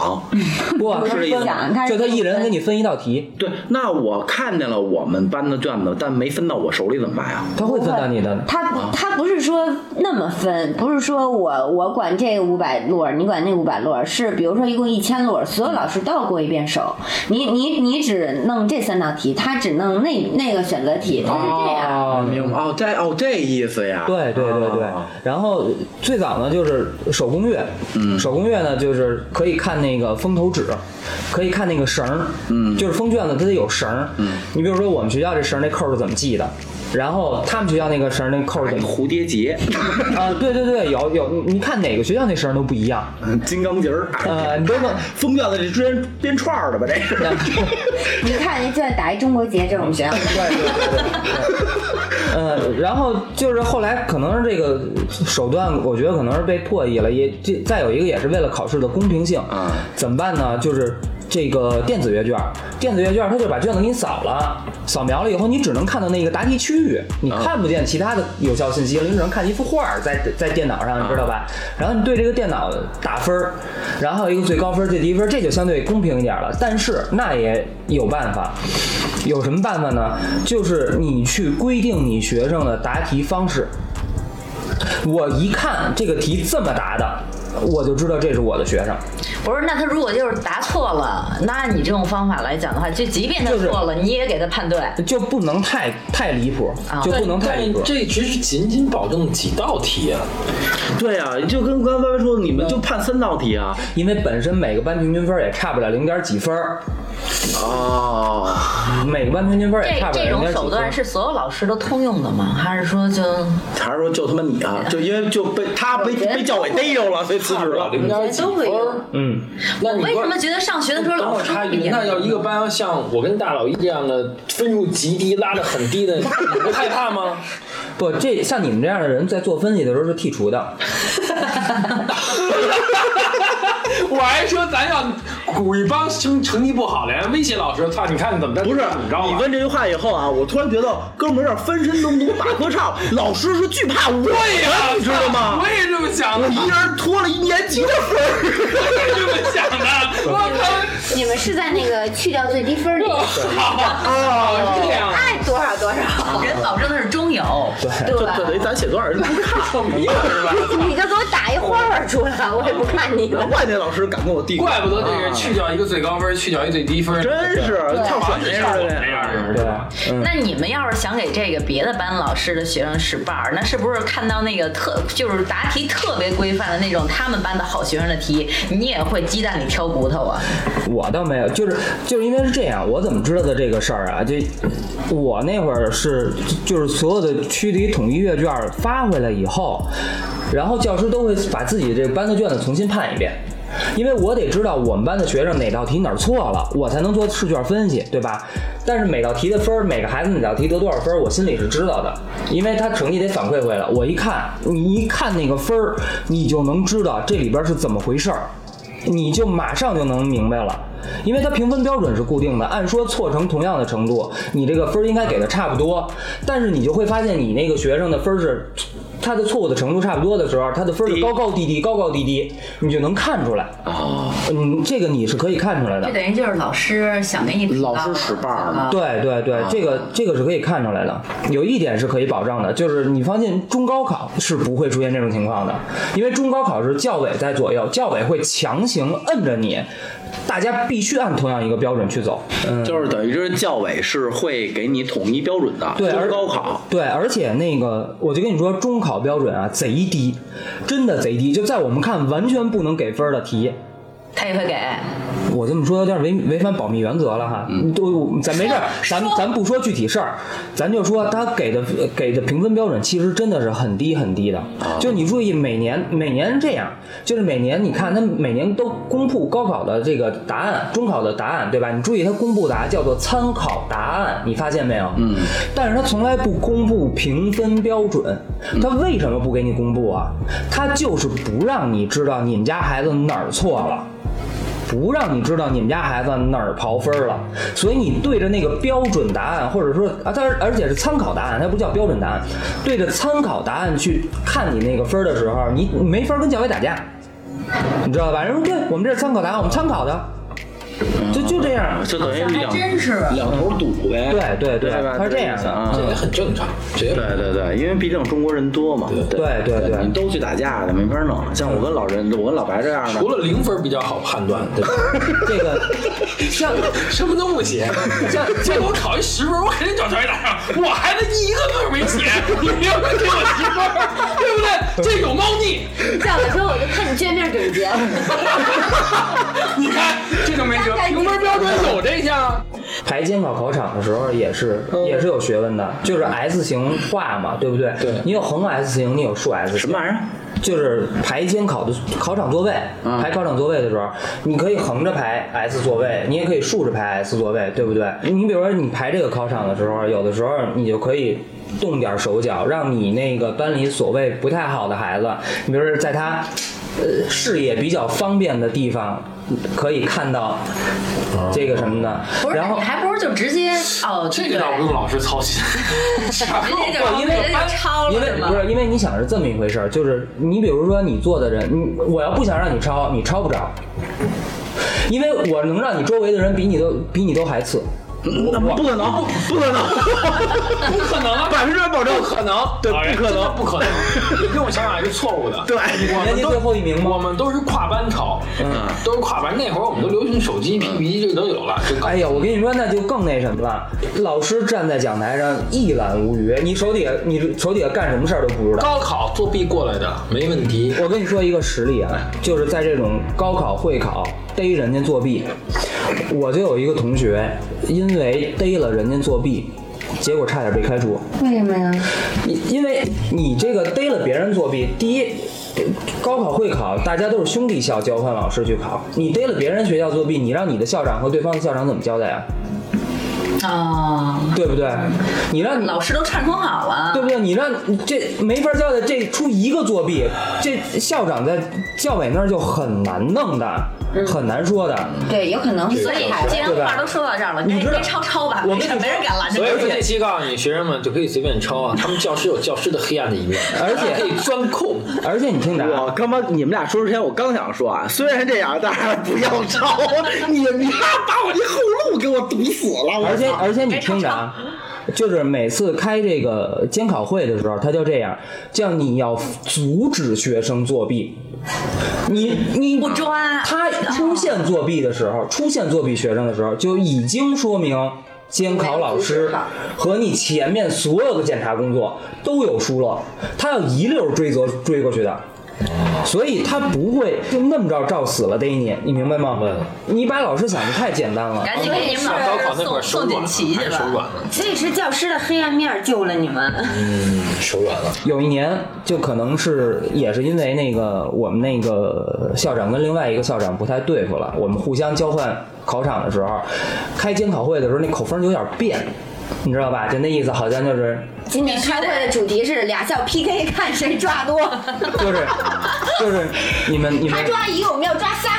[SPEAKER 2] 不，啊
[SPEAKER 1] 是这意思
[SPEAKER 6] 吗
[SPEAKER 2] 就他一人给你分一道题，
[SPEAKER 1] 对，那我看见了我们班的卷子，但没分到我手里怎么办呀？
[SPEAKER 2] 他会分到你的。
[SPEAKER 6] 他他不是说那么分，不是说我我管这五百摞，你管那五百摞，是比如说一共嗯一千摞，所有老师都要过一遍手。你你你只弄这三道题，他只弄那那个选择题，它是这样。
[SPEAKER 2] 啊，
[SPEAKER 1] 明白哦，这哦这意思呀，
[SPEAKER 2] 对对对对
[SPEAKER 1] 啊，
[SPEAKER 2] 然后最早呢就是手工乐，嗯，手工乐呢就是可以看那个风头纸，可以看那个绳儿，嗯，就是风卷子它得有绳儿，嗯，你比如说我们学校这绳儿那扣儿是怎么系的，然后他们学校那个绳儿那扣儿是
[SPEAKER 1] 哎
[SPEAKER 2] 怎 [LAUGHS] 么
[SPEAKER 1] 蝴蝶结， [LAUGHS]
[SPEAKER 2] 啊？对对对，有有，你你看哪个学校那绳儿都不一 [LAUGHS] 样，
[SPEAKER 1] 金刚结儿，
[SPEAKER 2] 呃，你都能。
[SPEAKER 1] 风卷子这编编串儿的吧？这是，
[SPEAKER 6] 你看，就算打一中国结，这我们 [LAUGHS] 学校
[SPEAKER 2] 呃，然后就是后来可能是这个手段，我觉得可能是被破译了，也这再有一个也是为了考试的公平性。啊
[SPEAKER 1] 嗯
[SPEAKER 2] 怎么办呢？就是这个电子阅卷，电子阅卷它就把卷子给你扫了，扫描了以后，你只能看到那个答题区域，你看不见其他的有效信息了，你只能看一幅画儿在在电脑上，你知道吧？然后你对这个电脑打分儿，然后一个最高分、最低分，这就相对公平一点了。但是那也有办法，有什么办法呢？就是你去规定你学生的答题方式。我一看这个题这么答的，我就知道这是我的学生。
[SPEAKER 4] 不是，那他如果就是答错了，那按你这种方法来讲的话，就即便他
[SPEAKER 2] 就是
[SPEAKER 4] 错了，你也给他判对。
[SPEAKER 2] 就不能太太离谱，
[SPEAKER 4] 啊
[SPEAKER 2] 就不能太离
[SPEAKER 5] 但
[SPEAKER 2] 谱。
[SPEAKER 5] 这只是仅仅保证几道题啊，
[SPEAKER 1] 对呀、就跟刚才歪歪说，你们就判三道题啊，
[SPEAKER 2] 因为本身每个班平均分也差不了零点几分儿，
[SPEAKER 1] 哦，
[SPEAKER 2] 每个班平均分也
[SPEAKER 4] 这
[SPEAKER 2] 差不了
[SPEAKER 4] 这
[SPEAKER 2] 零
[SPEAKER 4] 种
[SPEAKER 2] 点几
[SPEAKER 4] 手
[SPEAKER 2] 分
[SPEAKER 4] 段
[SPEAKER 2] 儿。
[SPEAKER 4] 是所有老师都通用的吗？还是说就
[SPEAKER 1] 还是说就他妈你啊，就因为就被他被被教委逮着了，所以辞职了。
[SPEAKER 5] 啊零点几
[SPEAKER 6] 都会
[SPEAKER 5] 分
[SPEAKER 6] 有
[SPEAKER 5] 儿。
[SPEAKER 2] 嗯，
[SPEAKER 5] 那你
[SPEAKER 4] 为
[SPEAKER 5] 说
[SPEAKER 4] 什么觉得上学的时候
[SPEAKER 5] 等
[SPEAKER 4] 老
[SPEAKER 5] 我
[SPEAKER 4] 师
[SPEAKER 5] 插一句，那要一个班要像我跟大老一这样的分数极低、拉的很低的，你不害怕吗？
[SPEAKER 2] 不，这像你们这样的人在做分析的时候是剔除
[SPEAKER 4] [LAUGHS]
[SPEAKER 2] 的。
[SPEAKER 5] [LAUGHS] 我还说咱要鼓一帮成成绩不好的人威胁老师，操！你看怎么着？
[SPEAKER 1] 不是
[SPEAKER 5] 怎么着啊
[SPEAKER 1] 你问这句话以后啊，我突然觉得哥们儿有点翻身农奴打歌 [LAUGHS] 唱，老师是惧怕我
[SPEAKER 5] 对呀、
[SPEAKER 1] 的，你知道吗
[SPEAKER 5] 我？也这么想的，
[SPEAKER 1] 我一
[SPEAKER 5] 我
[SPEAKER 1] 人拖了一年级的分
[SPEAKER 5] [LAUGHS]
[SPEAKER 1] 儿。
[SPEAKER 5] 也这么想的。我
[SPEAKER 6] 你们是在那个去掉最低分里，
[SPEAKER 1] 啊
[SPEAKER 5] 靠，是这样。
[SPEAKER 6] 爱多少多少， [LAUGHS]
[SPEAKER 4] 人保证的是中友，
[SPEAKER 6] 对吧
[SPEAKER 1] 这？等于咱写作业人不看，
[SPEAKER 6] 你就给我打一花花出来，我也不看你了。
[SPEAKER 1] 怪那老师敢跟我递，
[SPEAKER 5] 怪不得那人去掉一个最高分，去掉一最低分，
[SPEAKER 1] [LAUGHS] 真是跳
[SPEAKER 5] 好
[SPEAKER 1] 水
[SPEAKER 5] 像
[SPEAKER 1] 那样
[SPEAKER 5] 是像我
[SPEAKER 1] 的
[SPEAKER 5] 这样的
[SPEAKER 2] 对
[SPEAKER 5] 人。，
[SPEAKER 4] 那你们要是想给这个别的班老师的学生使绊儿，那是不是看到那个特就是答题特别规范的那种他们班的好学生的题，你也会鸡蛋里挑骨头啊？
[SPEAKER 2] 我倒没有，就是就是因为是这样，我怎么知道的这个事儿啊？就我那会儿是就是所有的区里统一阅卷发回来以后，然后教师都会把自己这个班的卷子重新判一遍。因为我得知道我们班的学生哪道题哪儿错了，我才能做试卷分析，对吧？但是每道题的分儿，每个孩子哪道题得多少分儿，我心里是知道的，因为他成绩得反馈回来。我一看，你一看那个分儿，你就能知道这里边是怎么回事儿。你就马上就能明白了，因为它评分标准是固定的，按说错成同样的程度，你这个分儿应该给的差不多，但是你就会发现你那个学生的分儿是。他的错误的程度差不多的时候，他的分儿是高高低低，高高低低，你就能看出来。嗯，这个你是可以看出来的
[SPEAKER 4] 这。等于就是老师想给你提
[SPEAKER 1] 老
[SPEAKER 4] 高
[SPEAKER 1] 师使绊儿呢
[SPEAKER 4] 啊
[SPEAKER 2] 对对对，这个这个是可以看出来的。有一点是可以保障的，就是你放心，中高考是不会出现这种情况的，因为中高考是教委在左右，教委会强行摁着你，大家必须按同样一个标准去走。嗯，
[SPEAKER 1] 就是等于这教委是会给你统一标准的，
[SPEAKER 2] 对，
[SPEAKER 1] 就是
[SPEAKER 2] 而
[SPEAKER 1] 高考。
[SPEAKER 2] 对，而且那个，我就跟你说，中考标准啊，贼低，真的贼低，就在我们看完全不能给分儿的题。
[SPEAKER 4] 他也会给。
[SPEAKER 2] 我这么说有点违违反保密原则了哈，都咱 [LAUGHS] 没事儿，咱咱不嗯说具体事儿，咱就说他给的给的评分标准其实真的是很低很低的。就你注意，每年每年是这样，就是每年你看他每年都公布高考的这个答案，中考的答案对吧？你注意他公布答案叫做参考答案，你发现没有？嗯，但是他从来不公布评分标准，他为什么不给你公布啊？他就是不让你知道你们家孩子哪儿错了。不让你知道你们家孩子哪儿刨分儿了，所以你对着那个标准答案，或者说啊，它而且是参考答案，它不叫标准答案，对着参考答案去看你那个分儿的时候，你你没法跟教委打架，你知道吧？人说对我们这是参考答案，我们参考的。就就这样。
[SPEAKER 1] 就等于
[SPEAKER 4] 还
[SPEAKER 1] 两
[SPEAKER 4] 真是
[SPEAKER 1] 两头堵呗。
[SPEAKER 2] 对对对
[SPEAKER 1] 对吧？
[SPEAKER 2] 它是这样的
[SPEAKER 1] 意思啊
[SPEAKER 5] 这也很正常，这也
[SPEAKER 1] 对对对，因为毕竟中国人多嘛，对
[SPEAKER 2] 对对对
[SPEAKER 1] 你都去打架的没法弄。像我跟老人，我跟老白这样的
[SPEAKER 5] 除，了零分比较好判断，对吧？
[SPEAKER 2] 这个像
[SPEAKER 5] [LAUGHS] 什么都不写，
[SPEAKER 2] 像
[SPEAKER 5] 这我考一十分，我肯定找小一打上，我还能一个字没写，你凭什么给我十分？对不对？这有猫腻。 [LAUGHS]
[SPEAKER 6] 下回说我就看你卷面总结。
[SPEAKER 5] 你看，这就没辙，评分标准有这项啊。
[SPEAKER 2] 排监考考场的时候也是
[SPEAKER 1] 嗯
[SPEAKER 2] 也是有学问的，就是 S 型化嘛，对不对？
[SPEAKER 5] 对
[SPEAKER 2] 你有横 S 型，你有竖 S 型。
[SPEAKER 1] 什么玩意儿？
[SPEAKER 2] 就是排监考的考场座位，排考场座位的时候，你可以横着排 S 座位，你也可以竖着排 S 座位，对不对？你比如说你排这个考场的时候，有的时候你就可以动点手脚，让你那个班里所谓不太好的孩子，你比如说在他呃视野比较方便的地方，可以看到这个什么的，
[SPEAKER 4] 不是，
[SPEAKER 2] 然后
[SPEAKER 4] 你。还不如就直接哦，
[SPEAKER 5] 这个倒不用老师操心，
[SPEAKER 4] 直接
[SPEAKER 5] [LAUGHS]
[SPEAKER 4] 就
[SPEAKER 2] 因为
[SPEAKER 4] 直接就抄
[SPEAKER 2] 因
[SPEAKER 4] 了
[SPEAKER 2] 为
[SPEAKER 4] 是吗
[SPEAKER 2] 不？是因为你想是这么一回事儿，就是你比如说你做的人，你我要不想让你抄，你抄不着，因为我能让你周围的人比你都比你都还次。
[SPEAKER 1] 那不可能，不
[SPEAKER 2] [LAUGHS]
[SPEAKER 1] 可能，
[SPEAKER 5] 不可能
[SPEAKER 1] [LAUGHS]
[SPEAKER 5] 啊，
[SPEAKER 1] 百分之百保证
[SPEAKER 5] 不可能，
[SPEAKER 1] 对，
[SPEAKER 5] 老人
[SPEAKER 1] 不可
[SPEAKER 5] 真的
[SPEAKER 1] 能，
[SPEAKER 5] 不可能，你跟我想法是错误的。
[SPEAKER 1] 对，
[SPEAKER 5] 我
[SPEAKER 2] 年
[SPEAKER 5] 们
[SPEAKER 2] 级
[SPEAKER 5] 都
[SPEAKER 2] 最后一名
[SPEAKER 5] 我
[SPEAKER 2] 吗？
[SPEAKER 5] 们都是跨班抄，嗯，都是跨班。那会儿我们都流行手机、PPT 这都有了，这高
[SPEAKER 2] 哎呀，我跟你说，那就更那什么了。老师站在讲台上一览无余，你手底下你手底下干什么事儿都不知道。
[SPEAKER 5] 高考作弊过来的没问题。
[SPEAKER 2] 我跟你说一个实例啊，就是在这种高考、会考逮人家作弊，我就有一个同学，因为逮了人家作弊，结果差点被开除。
[SPEAKER 3] 为什么呀？
[SPEAKER 2] 你因为你这个逮了别人作弊，第一，高考会考大家都是兄弟校交换老师去考，你逮了别人学校作弊，你让你的校长和对方的校长怎么交代啊？
[SPEAKER 4] 啊，
[SPEAKER 2] 对不对？你让你
[SPEAKER 4] 老师都串通好了，
[SPEAKER 2] 对不对？你让这没法交代，这出一个作弊，这校长在教委那儿就很难弄的，很难说的。
[SPEAKER 6] 对，有可能
[SPEAKER 4] 所以既然话都说到这儿了，
[SPEAKER 2] 你
[SPEAKER 4] 该
[SPEAKER 2] 知道
[SPEAKER 4] 该抄抄吧，
[SPEAKER 2] 我
[SPEAKER 4] 没
[SPEAKER 2] 跟
[SPEAKER 4] 人
[SPEAKER 2] 你
[SPEAKER 4] 没人敢拦着
[SPEAKER 5] 所以
[SPEAKER 4] 你。
[SPEAKER 5] 说这期告诉你，学生们就可以随便
[SPEAKER 4] [LAUGHS]
[SPEAKER 5] 抄啊，他们教师有教师的黑暗的一面，
[SPEAKER 2] 而且
[SPEAKER 5] 可以钻空。
[SPEAKER 2] 而且你听着啊，
[SPEAKER 1] 我他妈，你们俩说之前，我刚想说啊，虽然这样，但是不要吵，你你妈把我这后路给我堵死了，我
[SPEAKER 2] 而且
[SPEAKER 1] 操
[SPEAKER 2] 而且你听着啊，就是每次开这个监考会的时候，他就这样，叫你要阻止学生作弊。你你
[SPEAKER 4] 不啊抓
[SPEAKER 2] 他出现作弊的时候，出现作弊学生的时候，就已经说明监考老师和你前面所有的检查工作都有疏漏，他要一溜儿追责追过去的。所以他不会就那么着照死了逮你，你明白吗？你把老师想的太简单了。
[SPEAKER 4] 赶紧给你们老
[SPEAKER 5] 高考
[SPEAKER 4] 师
[SPEAKER 5] 那会儿
[SPEAKER 4] 送送
[SPEAKER 5] 手软
[SPEAKER 4] 锦旗
[SPEAKER 5] 了，
[SPEAKER 4] 去
[SPEAKER 5] 还手
[SPEAKER 4] 吧。
[SPEAKER 5] 软啊了，
[SPEAKER 6] 所以是教师的黑暗面救了你们。
[SPEAKER 5] 嗯手软
[SPEAKER 4] [LAUGHS]
[SPEAKER 5] 了。
[SPEAKER 2] 有一年，就可能是也是因为那个我们那个校长跟另外一个校长不太对付了，我们互相交换考场的时候，开监考会的时候那口风有点变，你知道吧？就那意思，好像就是
[SPEAKER 6] 今年开会的主题是俩校 [LAUGHS] PK，看谁抓多。
[SPEAKER 2] 就是就是你们你们
[SPEAKER 6] 他抓一个，我们要抓仨。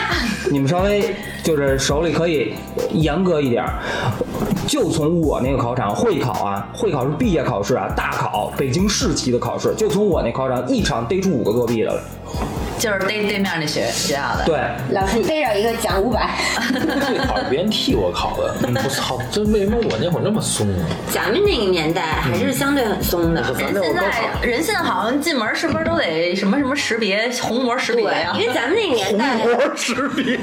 [SPEAKER 2] 你们稍微就是手里可以严格一点儿，就从我那个考场会考啊，会考是毕业考试啊，大考北京市级的考试，就从我那考场一场逮出五个作弊的了，
[SPEAKER 4] 就是对对面那学学校的，
[SPEAKER 2] 对。
[SPEAKER 6] 老师逮着一个奖五百，
[SPEAKER 5] 会考是别人替我考的，我操！这为什么我那会儿那么松啊？
[SPEAKER 6] 咱们那个年代还是相对很松的。
[SPEAKER 4] 人现在人现在好像进门是不是都得什么什么识别虹膜识
[SPEAKER 6] 对
[SPEAKER 4] 别呀，？
[SPEAKER 6] 因为咱们那个嗯年代，
[SPEAKER 1] 我识别，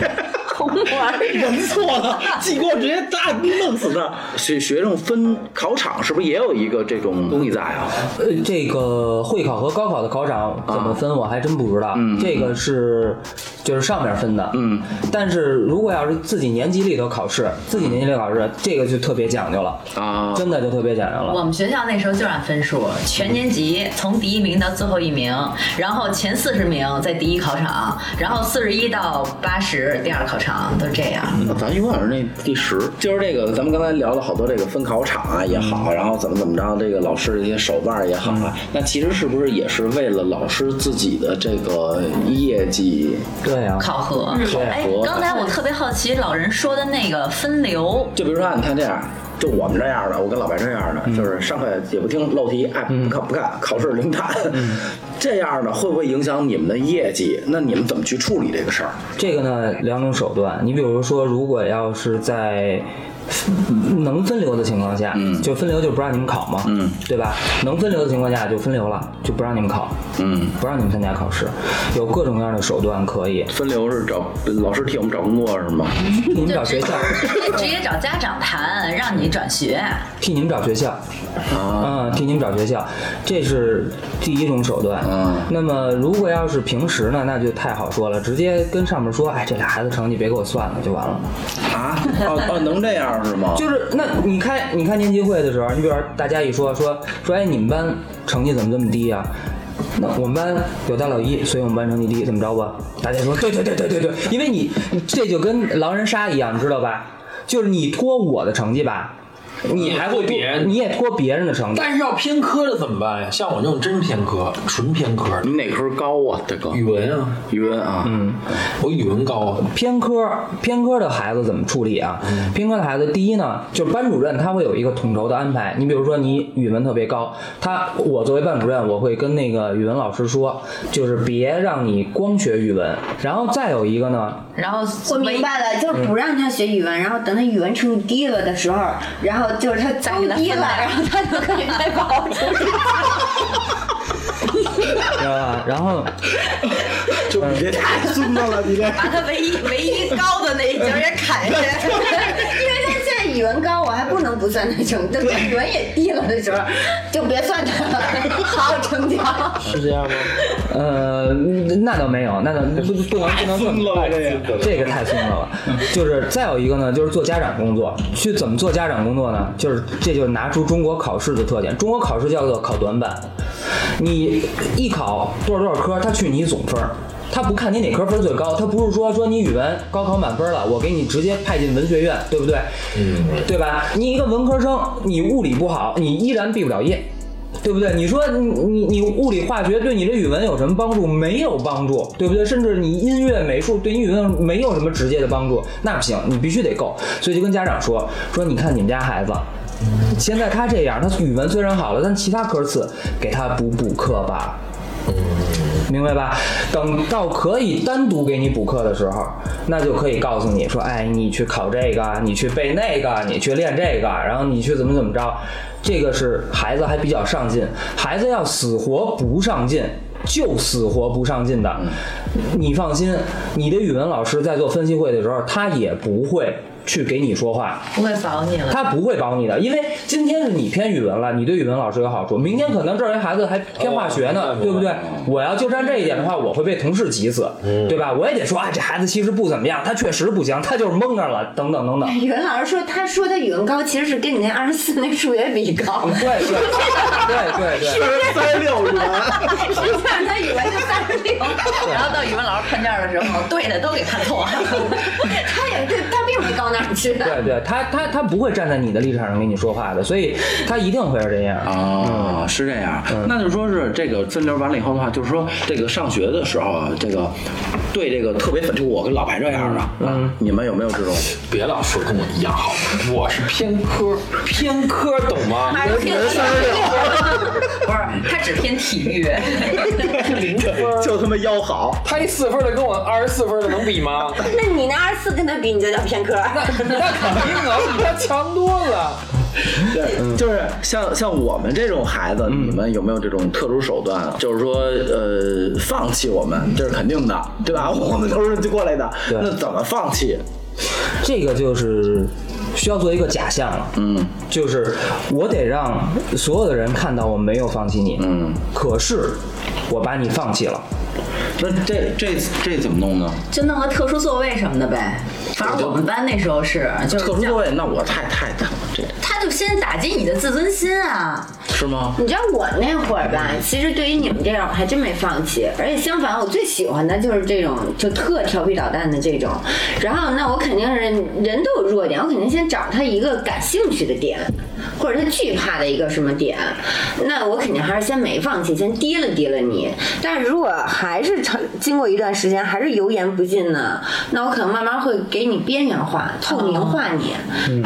[SPEAKER 1] 认错了，记过直接大弄死他。学学生分考场是不是也有一个这种东西在啊？
[SPEAKER 2] 呃，这个会考和高考的考场怎么分，我还真不知道。这个是就是上面分的。嗯，但是如果要是自己年级里头考试，自己年级里头考试，这个就特别讲究了，
[SPEAKER 1] 啊，
[SPEAKER 2] 真的就特别讲究了。
[SPEAKER 4] 我们学校那时候就按分数，全年级从第一名到最后一名，然后前四十名在第一考场，然后四十一到八十第二考场，都这样。
[SPEAKER 1] 咱永远是那第十。就是这个，咱们刚才聊了好多这个分考场啊也好，然后怎么怎么着，这个老师的一些手腕儿也好啊，那其实是不是也是为了老师自己的这个业绩？
[SPEAKER 2] 对啊，
[SPEAKER 4] 考核，哎
[SPEAKER 1] 考核，
[SPEAKER 4] 刚才我特别好奇老人说的那个分流，
[SPEAKER 1] 就比如说，你看这样，就我们这样嗯的，我跟老白这样的，就是上课也不听，漏题，哎，不看不看，考试零谈。 [LAUGHS] 这样呢会不会影响你们的业绩？那你们怎么去处理这个事儿？
[SPEAKER 2] 这个呢，两种手段。你比如说，如果要是在嗯能分流的情况下，嗯，就分流就不让你们考嘛，嗯，对吧？能分流的情况下就分流了，就不让你们考，
[SPEAKER 1] 嗯，
[SPEAKER 2] 不让你们参加考试，有各种各样的手段可以。
[SPEAKER 1] 分流是找老师替我们找工作是吗？
[SPEAKER 2] 替你们找学校，
[SPEAKER 4] 直接直接找家长谈，让你转学。
[SPEAKER 2] 替你们找学校，
[SPEAKER 1] 啊
[SPEAKER 2] 嗯，替你们找学校，这是第一种手段。
[SPEAKER 1] 嗯
[SPEAKER 2] 那么如果要是平时呢，那就太好说了，直接跟上面说，哎，这俩孩子成绩别给我算了，就完了。
[SPEAKER 1] 啊，哦哦，能这样是吗？
[SPEAKER 2] 就是那你开你开年级会的时候，你比如说大家一说说说，哎，你们班成绩怎么这么低啊？那我们班有大老一，所以我们班成绩低，怎么着吧？大家说对对对对对对，因为你你这就跟狼人杀一样，你知道吧？就是你拖我的成绩吧，你还会
[SPEAKER 5] 也拖别人
[SPEAKER 2] 你也拖别人的成绩。
[SPEAKER 5] 但是要偏科的怎么办呀？像我这种真偏科，纯偏科的，
[SPEAKER 1] 你哪科高啊，大哥？
[SPEAKER 5] 语文啊，
[SPEAKER 1] 语文啊，嗯，
[SPEAKER 5] 我语文高啊。
[SPEAKER 2] 偏科偏科的孩子怎么处理啊？偏科的孩子，第一呢，就是班主任他会有一个统筹的安排。你比如说你语文特别高，他我作为班主任，我会跟那个语文老师说，就是别让你光学语文。然后再有一个呢，
[SPEAKER 4] 然后
[SPEAKER 6] 我明白了，就是不让他学语文，然后等他语文成绩低了的时候，然后就是他
[SPEAKER 4] 再
[SPEAKER 6] 高
[SPEAKER 4] 给他
[SPEAKER 6] 低
[SPEAKER 4] 分
[SPEAKER 6] [LAUGHS] 了，
[SPEAKER 4] 类
[SPEAKER 6] 然后他就可以再报出来。
[SPEAKER 2] 知道吧？呃然后
[SPEAKER 1] 就别太孙子了，你这。
[SPEAKER 4] 把他唯一唯一高的那一节也砍下
[SPEAKER 6] [LAUGHS]
[SPEAKER 4] 来。
[SPEAKER 6] 因为他现在语文高，我还不能不算他成 [LAUGHS] 绩，等他语文也低了的时候，就别算他 [LAUGHS] 了，好好成交。
[SPEAKER 5] 是这样吗？
[SPEAKER 2] 呃，那倒没有，那倒不不能不能算
[SPEAKER 1] 了嗯这也
[SPEAKER 2] 这个太松了吧？就是再有一个呢，就是做家长工作，去怎么做家长工作呢？就是这就是拿出中国考试的特点，中国考试叫做考短板，你一考多少多少科，他去你总分儿。他不看你哪科分最高，他不是说说你语文高考满分了，我给你直接派进文学院，对不对？嗯，对吧？你一个文科生，你物理不好，你依然毕不了业，对不对？你说你你你物理化学对你这语文有什么帮助？没有帮助，对不对？甚至你音乐美术对你语文没有什么直接的帮助，那不行，你必须得够。所以就跟家长说说，你看你们家孩子。现在他这样，他语文虽然好了，但其他科次给他补补课吧，明白吧？等到可以单独给你补课的时候，那就可以告诉你说，哎，你去考这个，你去背那个，你去练这个，然后你去怎么怎么着。这个是孩子还比较上进，孩子要死活不上进。就死活不上进的，你放心，你的语文老师在做分析会的时候，他也不会去给你说话，
[SPEAKER 4] 不会保你了。
[SPEAKER 2] 他不会帮你的，因为今天是你偏语文了，你对语文老师有好处，明天可能这儿一孩子还偏化学呢，
[SPEAKER 5] 哦
[SPEAKER 2] 对不对？我要就占这一点的话，我会被同事急死，对吧？我也得说啊，这孩子其实不怎么样，他确实不行，他就是蒙着了，等等等等。
[SPEAKER 6] 语文老师说，他说他语文高，其实是跟你那二十四那数学
[SPEAKER 2] [LAUGHS]
[SPEAKER 6] 比高
[SPEAKER 2] 对，对对对对对，
[SPEAKER 1] 三六元，
[SPEAKER 6] 实际上他语文就三十六，
[SPEAKER 4] [LAUGHS] 然后到语文老师判卷的时候，对的都给判错了。
[SPEAKER 6] 他也对他并没高哪儿去。
[SPEAKER 2] 对对，他他他不会站在你的立场上跟你说话的，所以他一定会是这样。
[SPEAKER 1] 哦，是这样，那就说是这个分流完了以后的话，就是说这个上学的时候啊，这个对这个特别粉，就我跟老白这样的，嗯，你们有没有这种？
[SPEAKER 5] 别老说跟我一样好，我是偏科，偏科懂吗？
[SPEAKER 4] 他是偏体育，不是他只偏体育。
[SPEAKER 5] 零分，
[SPEAKER 1] 就他妈腰好，
[SPEAKER 5] 他一四分的跟我二十四分的能比吗？
[SPEAKER 6] 那你那二十四跟他比，你就叫偏科。
[SPEAKER 5] 那肯定能比他强多了。
[SPEAKER 1] 对，就是像像我们这种孩子，你们有没有这种特殊手段啊？就是说，呃，放弃我们，这是肯定的，对吧？ [LAUGHS] 我们都是过来的，那怎么放弃？
[SPEAKER 2] 这个就是需要做一个假象了，嗯，就是我得让所有的人看到我没有放弃你，嗯，可是我把你放弃了，
[SPEAKER 1] 那这这这怎么弄呢？
[SPEAKER 4] 就弄个特殊座位什么的呗。反正我们班那时候是，就
[SPEAKER 1] 特殊
[SPEAKER 4] 是
[SPEAKER 1] 座位，那我太太太这
[SPEAKER 4] 他就先打击你的自尊心啊。
[SPEAKER 1] 是吗？
[SPEAKER 6] 你知道我那会儿吧，其实对于你们这种我还真没放弃，而且相反，我最喜欢的就是这种就特调皮捣蛋的这种。然后那我肯定是人都有弱点，我肯定先找他一个感兴趣的点，或者他惧怕的一个什么点。那我肯定还是先没放弃，先提了提了你。但是如果还是长经过一段时间还是油盐不进呢，
[SPEAKER 4] 哦嗯
[SPEAKER 6] 那我可能慢慢会给你边缘化、透明化你，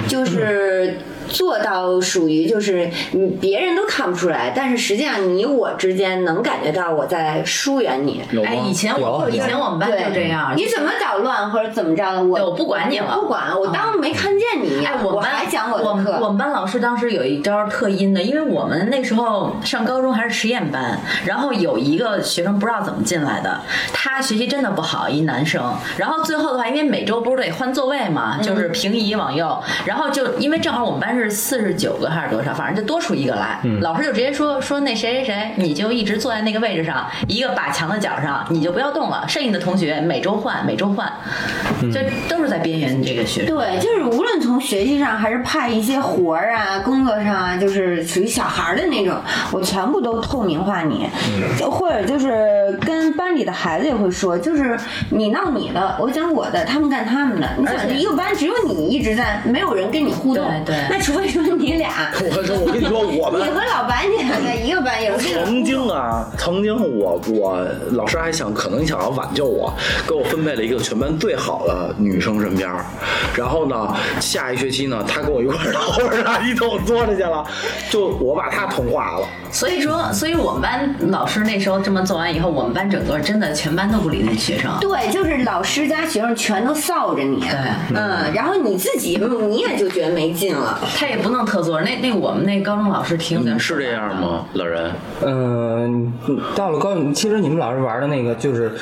[SPEAKER 6] 就是。做到属于就是你别人都看不出来，但是实际上你我之间能感觉到我在疏远你。
[SPEAKER 1] 有吗？
[SPEAKER 4] 哎，以前我
[SPEAKER 2] 有
[SPEAKER 4] 以前我们班
[SPEAKER 6] 对，
[SPEAKER 4] 就嗯这样，
[SPEAKER 6] 你怎么捣乱或者怎么着的，我
[SPEAKER 4] 对我不管你了
[SPEAKER 6] 我不管，我当没看见你一样。
[SPEAKER 4] 哎，我们班
[SPEAKER 6] 还讲
[SPEAKER 4] 我
[SPEAKER 6] 的
[SPEAKER 4] 们
[SPEAKER 6] 课，
[SPEAKER 4] 我们班老师当时有一招特阴的，因为我们那时候上高中还是实验班，然后有一个学生不知道怎么进来的，他学习真的不好，一男生。然后最后的话，因为每周不是得换座位嘛，
[SPEAKER 6] 嗯
[SPEAKER 4] 就是平移往右，然后就因为正好我们班是四十九个还是多少，反正就多出一个来，老师就直接说说那谁谁谁，你就一直坐在那个位置上，一个把墙的角上，你就不要动了。剩下的同学每周换，每周换，就都是在边缘这个学生。
[SPEAKER 6] 对，就是无论从学习上还是派一些活儿啊、工作上啊，就是属于小孩儿的那种，我全部都透明化你，
[SPEAKER 4] 嗯
[SPEAKER 6] 就或者就是跟班里的孩子也会说，就是你闹你的，我讲我的，他们干他们的。你
[SPEAKER 4] 而
[SPEAKER 6] 想
[SPEAKER 4] 且
[SPEAKER 6] 一个班只有你一直在，没有人跟你互动，
[SPEAKER 4] 对对
[SPEAKER 6] 那除非说
[SPEAKER 4] [LAUGHS]
[SPEAKER 6] 你俩，
[SPEAKER 1] 我跟我跟你说，我
[SPEAKER 6] 你
[SPEAKER 1] 们
[SPEAKER 6] 和老白你俩在一个班，有这种
[SPEAKER 1] 曾经啊，曾经我我老师还想可能想要挽救我，给我分配了一个全班最好的女生身边儿然后呢，下一学期呢，他跟我一块儿到后边垃圾桶坐着去
[SPEAKER 2] [LAUGHS]
[SPEAKER 1] 了，就我把他同化了。
[SPEAKER 4] 所以说，所以我们班老师那时候这么做完以后，我们班整个真的全班都不理那学生。
[SPEAKER 6] 对，就是老师加学生全都臊着你，
[SPEAKER 4] 对
[SPEAKER 6] 嗯，然后你自己你也就觉得没劲了。
[SPEAKER 4] 他也不弄特座，那那我们那高中老师挺有点
[SPEAKER 1] 你是这样？吗，老人？
[SPEAKER 2] 嗯，到了高，其实你们老师玩的那个就是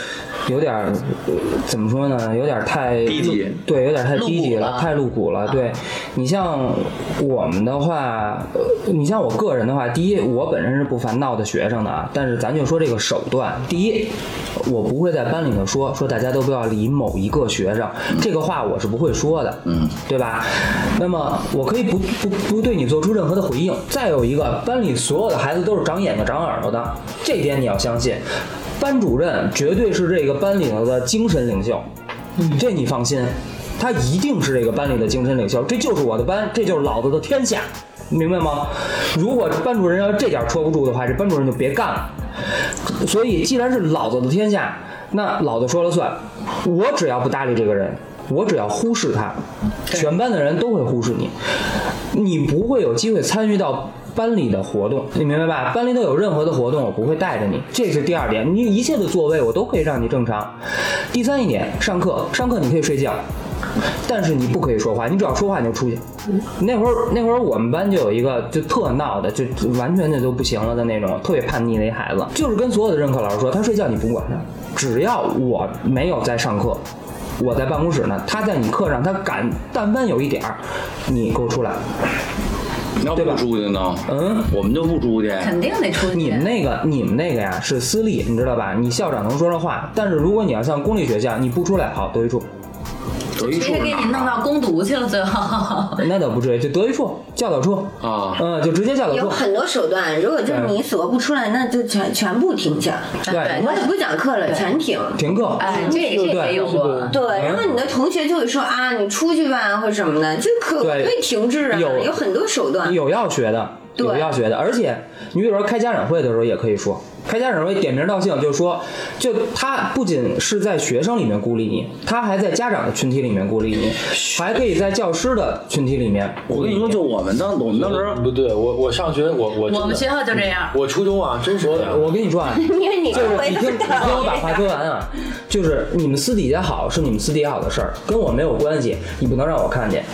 [SPEAKER 2] 有点儿呃怎么说呢，有点儿太
[SPEAKER 1] 低级
[SPEAKER 2] 对，有点儿太低级
[SPEAKER 4] 露骨了啊
[SPEAKER 2] 太露骨了。对你像我们的话，呃你像我个人的话，第一，我本身是不烦闹的学生的啊，但是咱就说这个手段，第一，我不会在班里头说说大家都不要理某一个学生，
[SPEAKER 4] 嗯
[SPEAKER 2] 这个话我是不会说的，嗯，对吧？那么我可以不不不对你做出任何的回应。再有一个，班里所有的孩子都是长眼睛、长耳朵的，这点你要相信。班主任绝对是这个班里头的精神领袖，这你放心，他一定是这个班里的精神领袖。这就是我的班，这就是老子的天下，明白吗？如果班主任要这点儿戳不住的话，这班主任就别干了。所以，既然是老子的天下，那老子说了算。我只要不搭理这个人，我只要忽视他，全班的人都会忽视你，你不会有机会参与到。班里的活动，你明白吧？班里头有任何的活动，我不会带着你，这是第二点。你一切的座位我都可以让你正常。第三一点，上课，上课你可以睡觉，但是你不可以说话，你只要说话你就出去。那会儿那会儿我们班就有一个就特闹的，就就完全就都不行了的那种，特别叛逆的一孩子，就是跟所有的任课老师说，他睡觉你不管他，只要我没有在上课。我在办公室呢，他在你课上，他敢但凡有一点儿，你给我出来。
[SPEAKER 1] 你要
[SPEAKER 2] 对吧
[SPEAKER 1] 不出去呢？
[SPEAKER 2] 嗯，
[SPEAKER 1] 我们就不出去。
[SPEAKER 4] 肯定得出去。
[SPEAKER 2] 你们那个，你们那个呀是私立，你知道吧？你校长能说上话，但是如果你要上公立学校，你不出来好德育处，
[SPEAKER 1] 德育
[SPEAKER 4] 直
[SPEAKER 1] 处
[SPEAKER 4] 接给你弄到攻读去了，最后。
[SPEAKER 2] 那倒不至于，就德育处、教导处，
[SPEAKER 1] 啊，
[SPEAKER 2] 嗯，就直接教导
[SPEAKER 6] 有
[SPEAKER 2] 处。
[SPEAKER 6] 很多手段，如果就是你锁不出来，那就全全部停下，
[SPEAKER 2] 啊
[SPEAKER 4] [LAUGHS]
[SPEAKER 2] 对
[SPEAKER 6] 我也不讲课了，全停。
[SPEAKER 2] 停课，
[SPEAKER 4] 哎，这
[SPEAKER 1] 嗯
[SPEAKER 4] 这
[SPEAKER 2] 对嗯
[SPEAKER 4] 也有过。
[SPEAKER 6] 对，然后你的同学就会说啊，你出去吧，或者什么的，就可可
[SPEAKER 2] 对
[SPEAKER 6] 以停滞啊，
[SPEAKER 2] 有
[SPEAKER 6] 有很多手段。
[SPEAKER 2] 有要学的，
[SPEAKER 6] 对
[SPEAKER 2] 有要学的，而且你比如说开家长会的时候也可以说，开家长会点名道姓，就是说，就他不仅是在学生里面孤立你，他还在家长的群体里面孤立你，还可以在教师的群体里面
[SPEAKER 1] 我
[SPEAKER 2] 孤
[SPEAKER 1] 跟
[SPEAKER 2] 立
[SPEAKER 1] 你说，就我们当我们当时
[SPEAKER 5] 不对，我我上学我我真的
[SPEAKER 4] 我们学校就这样。
[SPEAKER 5] 我初中啊，真是这样
[SPEAKER 2] 我跟你说啊，
[SPEAKER 6] 因为你
[SPEAKER 2] 就是
[SPEAKER 6] 回
[SPEAKER 2] 你
[SPEAKER 6] 到
[SPEAKER 2] 听，你听我把话说完啊，就是你们私底下好是你们私底下好的事儿，跟我没有关系，你不能让我看见。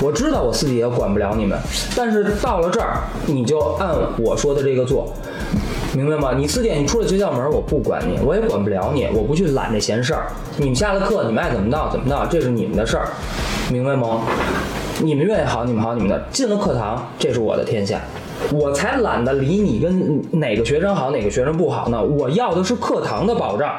[SPEAKER 2] 我知道我私底下管不了你们，但是到了这儿你就按我说的这个做，明白吗？你私底下你出了学校门，我不管你，我也管不了你，我不去揽这闲事儿。你们下了课，你们爱怎么闹怎么闹，这是你们的事儿，明白吗？你们愿意好，你们好，你们的。进了课堂，这是我的天下，我才懒得理你跟哪个学生好，哪个学生不好呢。我要的是课堂的保障，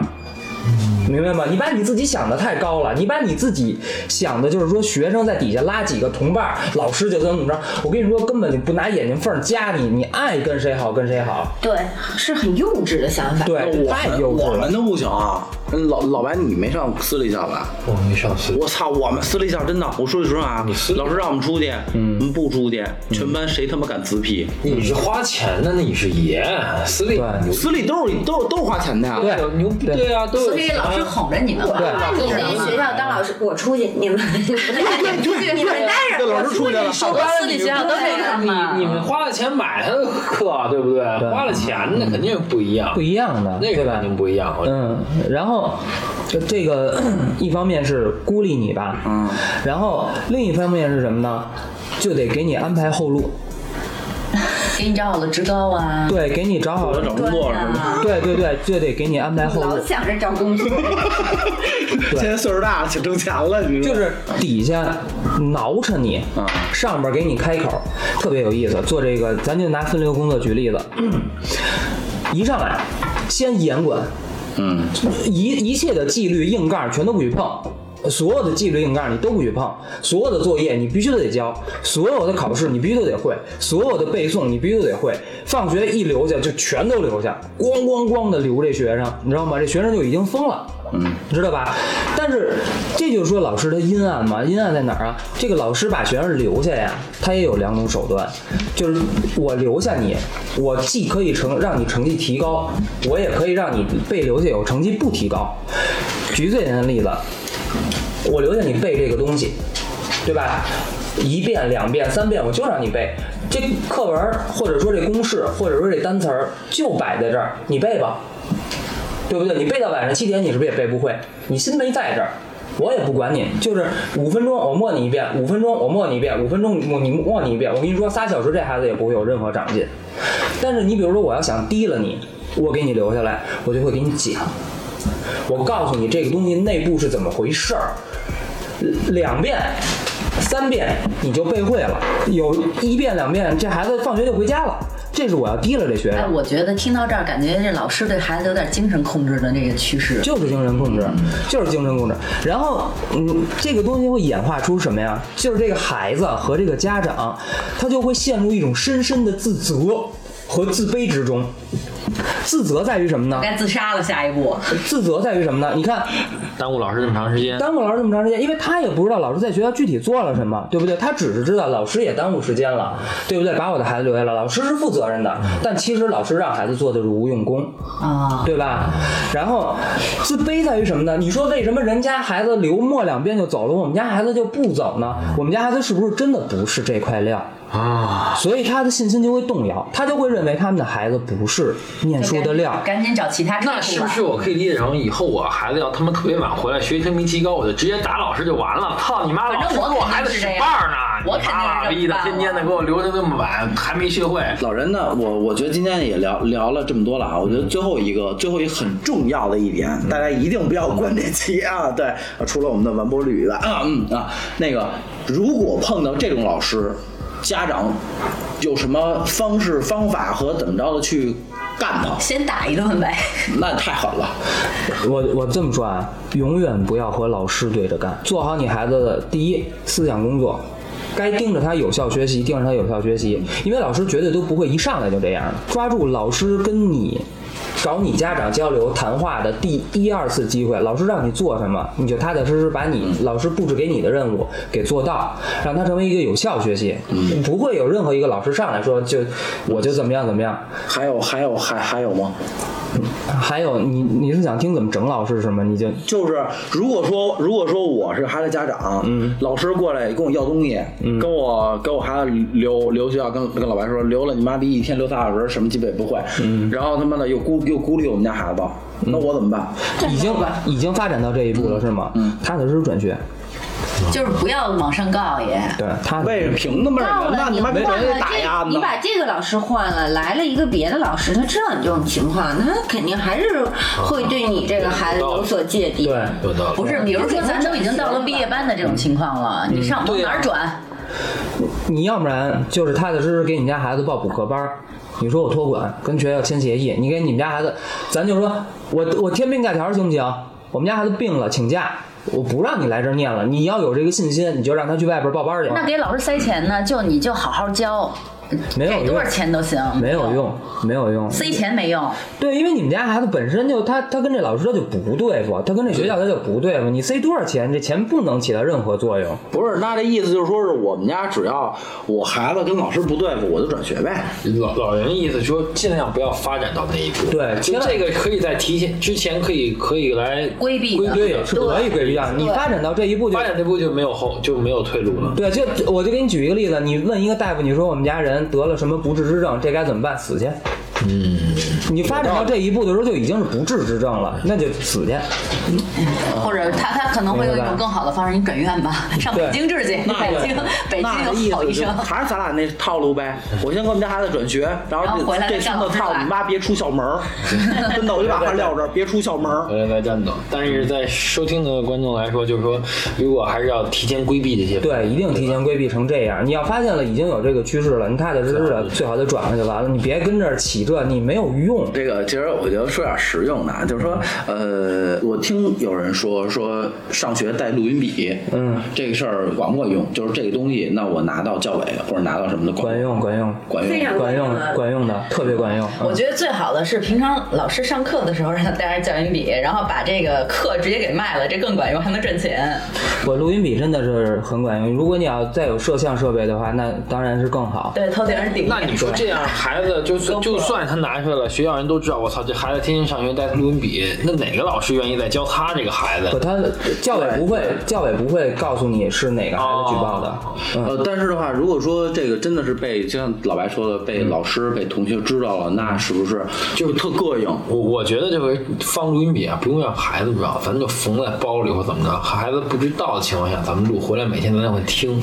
[SPEAKER 2] 明白吗？你把你自己想的太高了，你把你自己想的就是说学生在底下拉几个同伴儿，老师就怎么怎么着。我跟你说，根本就不拿眼睛缝儿夹你，你爱跟谁好跟谁好。
[SPEAKER 6] 对，是很幼稚的想法。
[SPEAKER 2] 对，
[SPEAKER 1] 我
[SPEAKER 2] 太
[SPEAKER 1] 们
[SPEAKER 2] 幼稚
[SPEAKER 1] 我
[SPEAKER 2] 了
[SPEAKER 1] 们。都不行啊，嗯老老白，你没上私立校吧？
[SPEAKER 5] 我没上私
[SPEAKER 1] 我操，我们私立校真的，我说句实话啊，老师让我们出去，嗯，不出去，全班谁他妈敢自批？
[SPEAKER 5] 你是花钱的，那你是爷，私立
[SPEAKER 2] 对
[SPEAKER 5] 牛
[SPEAKER 1] 私立都是都是都是花钱的呀，
[SPEAKER 2] 对
[SPEAKER 5] 有牛逼，对啊，都有
[SPEAKER 4] 所以
[SPEAKER 5] 钱啊
[SPEAKER 4] 老师哄着你们
[SPEAKER 2] 对
[SPEAKER 4] 玩。
[SPEAKER 6] 那啊你们学校当老师，我出去，你们你们你们带
[SPEAKER 1] 对，
[SPEAKER 6] 着我
[SPEAKER 1] 老师出去了，
[SPEAKER 4] 说过私立学校都这样嘛
[SPEAKER 5] 你们花了钱买他的课，对不对？花了钱，那肯定不一样，
[SPEAKER 2] 不一样的，
[SPEAKER 5] 那
[SPEAKER 2] 对
[SPEAKER 5] 个
[SPEAKER 2] 吧
[SPEAKER 5] 肯？定不一样。
[SPEAKER 2] 嗯，然后这这个 [CLEARS THROAT] 一方面是孤立你吧，嗯，然后另一方面是什么呢？就得给你安排后路，
[SPEAKER 4] 给你找好了职高啊，
[SPEAKER 2] 对，给你找好
[SPEAKER 1] 我要找工作是吗？
[SPEAKER 2] 对对对，就得给你安排后
[SPEAKER 6] 老
[SPEAKER 2] 路，
[SPEAKER 6] 想着找工作，
[SPEAKER 1] 现在岁数大了，挺挣钱了，你说
[SPEAKER 2] 就是底下挠饬你，
[SPEAKER 1] 啊
[SPEAKER 2] 上边给你开口，特别有意思。做这个，咱就拿分流工作举例子，一上来先严管，
[SPEAKER 1] 嗯，
[SPEAKER 2] 一一切的纪律硬杠全都不许碰。所有的纪律硬杠你都不许碰，所有的作业你必须都得交，所有的考试你必须都得会，所有的背诵你必须都得会。放学一留下就全都留下，咣咣咣的留这学生，你知道吗？这学生就已经疯了，嗯，知道吧？但是这就是说老师他阴暗嘛，阴暗在哪儿啊？这个老师把学生留下呀，他也有两种手段，就是我留下你，我既可以成让你成绩提高，我也可以让你被留下有成绩不提高。举最简单的例子，我留下你背这个东西，对吧？一遍、两遍、三遍，我就让你背这课文儿，或者说这公式，或者说这单词儿，就摆在这儿，你背吧，对不对？你背到晚上七点，你是不是也背不会？你心没在这儿，我也不管你，就是五分钟我默你一遍，五分钟我默你一遍，五分钟我你默你一遍。我跟你说，仨小时这孩子也不会有任何长进。但是你比如说，我要想提了你，我给你留下来，我就会给你讲。我告诉你这个东西内部是怎么回事儿，两遍、三遍你就背会了，有一遍、两遍，这孩子放学就回家了。这是我要提了这学生
[SPEAKER 4] 哎，。我觉得听到这儿，感觉这老师对孩子有点精神控制的这个趋势。
[SPEAKER 2] 就是精神控制，就是精神控制。然后，嗯，这个东西会演化出什么呀？就是这个孩子和这个家长，他就会陷入一种深深的自责和自卑之中。自责在于什么呢？
[SPEAKER 4] 该自杀了，下一步。
[SPEAKER 2] 自责在于什么呢？你看，
[SPEAKER 5] 耽误老师这么长时间，
[SPEAKER 2] 耽误老师这么长时间，因为他也不知道老师在学校具体做了什么，对不对？他只是知道老师也耽误时间了，对不对？把我的孩子留下了，老师是负责任的，但其实老师让孩子做的是无用功啊，对吧？然后自卑在于什么呢？你说为什么人家孩子留墨两边就走了，我们家孩子就不走呢？我们家孩子是不是真的不是这块料？啊，所以他的信心就会动摇，他就会认为他们的孩子不是念书的料，
[SPEAKER 4] 赶紧找其他出路吧。
[SPEAKER 5] 那是不是我可以理解成以后我孩子要他妈特别晚回来，学习成绩提高，我就直接打老师就完了？操你妈！
[SPEAKER 4] 反
[SPEAKER 5] 老
[SPEAKER 4] 正
[SPEAKER 5] 师
[SPEAKER 4] 我
[SPEAKER 5] 给我孩子
[SPEAKER 4] 肯定是
[SPEAKER 5] 使
[SPEAKER 4] 这样
[SPEAKER 5] 绊儿呢，
[SPEAKER 4] 我
[SPEAKER 5] 你
[SPEAKER 4] 肯定是
[SPEAKER 5] 妈了
[SPEAKER 4] 这么
[SPEAKER 5] 逼的，
[SPEAKER 4] 办
[SPEAKER 5] 天天的给我留的那么晚，还没学会。
[SPEAKER 1] 老人呢，我我觉得今天也聊聊了这么多了啊，我觉得最后一个最后一个很重要的一点，大家一定不要关这期啊，对，除了我们的完播率以外，啊嗯啊，那个如果碰到这种老师，家长有什么方式方法和怎么着的去干他，
[SPEAKER 4] 先打一顿呗？
[SPEAKER 1] 那太狠了，
[SPEAKER 2] 我我这么说啊，永远不要和老师对着干，做好你孩子的第一思想工作。该盯着他有效学习，盯着他有效学习，因为老师绝对都不会一上来就这样的。抓住老师跟你找你家长交流谈话的第一二次机会，老师让你做什么，你就踏踏实实把你老师布置给你的任务给做到，让他成为一个有效学习。不会有任何一个老师上来说就我就怎么样怎么样，
[SPEAKER 1] 还有还有还还有吗？
[SPEAKER 2] 还有你你是想听怎么整老师是吗？你就
[SPEAKER 1] 就是如果说如果说我是孩子家长，嗯，老师过来跟我要东西，嗯，跟我跟我孩子留留学校，跟跟老白说留了你妈逼一天留仨小时，什么鸡巴也不会，嗯，然后他妈的又孤又孤立我们家孩子，那我怎么办？
[SPEAKER 2] 已经已经发展到这一步了，是吗？嗯，踏踏实实转学，
[SPEAKER 4] 就是不要往上告也。
[SPEAKER 2] 对他
[SPEAKER 1] 为什么凭他妈
[SPEAKER 6] 到
[SPEAKER 1] 什么？
[SPEAKER 6] 了
[SPEAKER 1] 那
[SPEAKER 6] 你
[SPEAKER 1] 妈
[SPEAKER 6] 换
[SPEAKER 1] 别人
[SPEAKER 6] 了
[SPEAKER 1] 家打压
[SPEAKER 6] 这，你
[SPEAKER 1] 呢？
[SPEAKER 6] 把这个老师换了，来了一个别的老师，他知道你这种情况，那他肯定还是会对你这个孩子有所芥蒂。
[SPEAKER 2] 对
[SPEAKER 5] 有道理
[SPEAKER 4] 不，是，比如说咱都已经到了毕业班的这种情况了，你上往哪儿转？
[SPEAKER 2] 你要不然就是踏踏实实给你家孩子报补课班儿。你说我托管，跟学校签协议，你给你们家孩子，咱就说我我贴病假条行不行？我们家孩子病了请假，我不让你来这儿念了，你要有这个信心，你就让他去外边报班儿去。
[SPEAKER 4] 那给老师塞钱呢，就你就好好教。
[SPEAKER 2] 没有
[SPEAKER 4] 给多少钱都行，
[SPEAKER 2] 没有用，没有用。
[SPEAKER 4] 塞钱没用，
[SPEAKER 2] 对，因为你们家孩子本身就他他跟这老师他就不对付，他跟这学校他就不对付。你塞多少钱，这钱不能起到任何作用。
[SPEAKER 1] 不是，那这意思就是说是我们家只要我孩子跟老师不对付，我就转学呗。
[SPEAKER 5] 老老人的意思说，尽量不要发展到那一步。
[SPEAKER 2] 对
[SPEAKER 5] 就这个可以在提前之前可以可以来
[SPEAKER 4] 规避的
[SPEAKER 5] 规避
[SPEAKER 2] 对，
[SPEAKER 5] 的
[SPEAKER 2] 是可以规避的。你发展到这一步就
[SPEAKER 5] 发展这步就没有后就没有退路了。
[SPEAKER 2] 对，就我就给你举一个例子，你问一个大夫，你说我们家人得了什么不治之症，这该怎么办？死去。嗯，你发展到这一步的时候就已经是不治之症了，那就死去。
[SPEAKER 4] 或者他他可能会有一
[SPEAKER 2] 明白
[SPEAKER 4] 种更好的方式，你转院吧，上北京治去，北京 [LAUGHS] 北
[SPEAKER 1] 那这
[SPEAKER 4] 京
[SPEAKER 1] 意
[SPEAKER 4] 有好
[SPEAKER 1] 思就
[SPEAKER 4] 医
[SPEAKER 1] 是 [LAUGHS]
[SPEAKER 4] 生。
[SPEAKER 1] 还是咱俩那套路呗。我先跟我们家孩子转学，然
[SPEAKER 4] 然
[SPEAKER 1] 后
[SPEAKER 4] 后
[SPEAKER 1] 这
[SPEAKER 4] 回来
[SPEAKER 1] 这
[SPEAKER 4] 再
[SPEAKER 1] 孙
[SPEAKER 4] 找
[SPEAKER 1] 子
[SPEAKER 4] 他
[SPEAKER 1] 操
[SPEAKER 4] 来
[SPEAKER 1] 你妈别出校门
[SPEAKER 4] [LAUGHS]
[SPEAKER 1] 儿，真的我就把话撂这儿，别出校门儿。
[SPEAKER 5] 有人在战斗，但是在收听的观众来说，就是说，如果还是要提前规避这些。
[SPEAKER 2] 对，一定提前规避成这样。你要发现了已经有这个趋势了，你踏踏实实的，最好就转了就完了，你别跟这儿起这，你没有用。
[SPEAKER 1] [LAUGHS] 这个其实我觉得说点实用的，啊，就是说，呃，我听有人说说上学带录音笔，嗯，这个事儿管不管用？就是这个东西，那我拿到教委或者拿到什么的管
[SPEAKER 2] 管用，管用，
[SPEAKER 1] 管用。
[SPEAKER 2] 管用，管用的，特别管用。啊
[SPEAKER 4] 我觉得最好的是平常老师上课的时候让他带上教研笔，然后把这个课直接给卖了，这更管用，还能赚钱。
[SPEAKER 2] 我录音笔真的是很管用。如果你要再有摄像设备的话，那当然是更好。
[SPEAKER 4] 对，头顶上顶。
[SPEAKER 5] 那你说这样，孩子就算就算他拿出来了，学校人都知道，我操，这孩子天天上学带录音笔，那哪个老师愿意再教他这个孩子
[SPEAKER 2] 不，？他教委不会，教委不会告诉你是哪个孩子举报的。
[SPEAKER 1] 呃，但是的话，如果说这个真的是被，就像老白说的，被老师、被同学知道了，那是不是嗯就特膈应？
[SPEAKER 5] 我我觉得这回放录音笔啊，不用让孩子知道，咱就缝在包里或怎么着，孩子不知道的情况下，咱们录回来，每天咱也会听。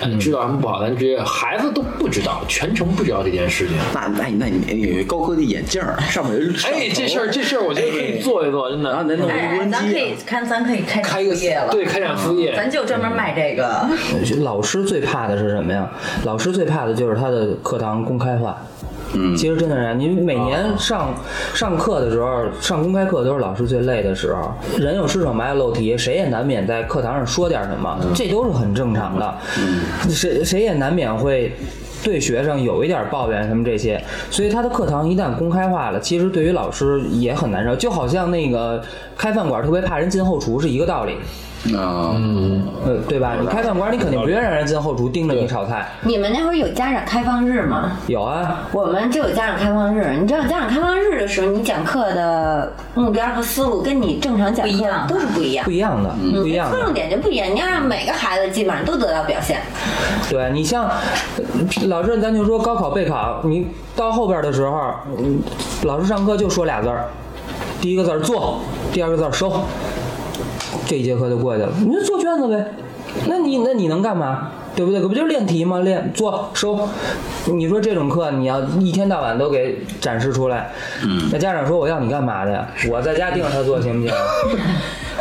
[SPEAKER 5] 哎，知道什么不好，咱直接孩子都不知道，全程不知道这件事情。
[SPEAKER 1] 那那那你你有一高科技眼镜儿，上面有一摄像
[SPEAKER 5] 哎，这
[SPEAKER 1] 头
[SPEAKER 5] 事儿这事儿，我觉得可以啊做一做，真
[SPEAKER 1] 然后
[SPEAKER 5] 的。
[SPEAKER 1] 咱弄
[SPEAKER 4] 哎
[SPEAKER 1] 一录音，
[SPEAKER 4] 咱可
[SPEAKER 1] 机
[SPEAKER 4] 以，看，咱可以开
[SPEAKER 5] 开一
[SPEAKER 4] 副
[SPEAKER 5] 个
[SPEAKER 4] 业了，
[SPEAKER 5] 对，开展副业。
[SPEAKER 4] 咱就专门卖这个。
[SPEAKER 2] 老师最怕的是什么呀？老师最怕的就是他的课堂公开化。嗯，其实真的是，你每年上、上课的时候，上公开课都是老师最累的时候。人有失手，马有漏题，谁也难免在课堂上说点什么，这都是很正常的。谁谁也难免会。对学生有一点抱怨什么这些，所以他的课堂一旦公开化了，其实对于老师也很难受，就好像那个开饭馆特别怕人进后厨是一个道理。
[SPEAKER 1] 啊，
[SPEAKER 2] 呃，对吧？你开饭馆，你肯定不愿意让人进后厨盯着你炒菜。
[SPEAKER 6] 你们那会儿有家长开放日吗？
[SPEAKER 2] 有啊，
[SPEAKER 6] 我们就有家长开放日，你知道家长开放日的时候，你讲课的目标和思路跟你正常讲
[SPEAKER 4] 不一
[SPEAKER 6] 课
[SPEAKER 4] 样
[SPEAKER 6] 都是不一样
[SPEAKER 2] 不，一样的，不一样
[SPEAKER 6] 侧重
[SPEAKER 2] 的。
[SPEAKER 6] 点就不一样。你要让每个孩子基本上都得到表现，
[SPEAKER 2] 对你像呃老师，咱就说高考备考，你到后边的时候，嗯老师上课就说俩字儿，第一个字儿做，第二个字儿收，这一节课就过去了。你就做卷子呗，那你那你能干嘛？对不对？可不就是练题吗？练做收。你说这种课，你要一天到晚都给展示出来，嗯，那家长说我要你干嘛的呀？我在家盯着他做行不行？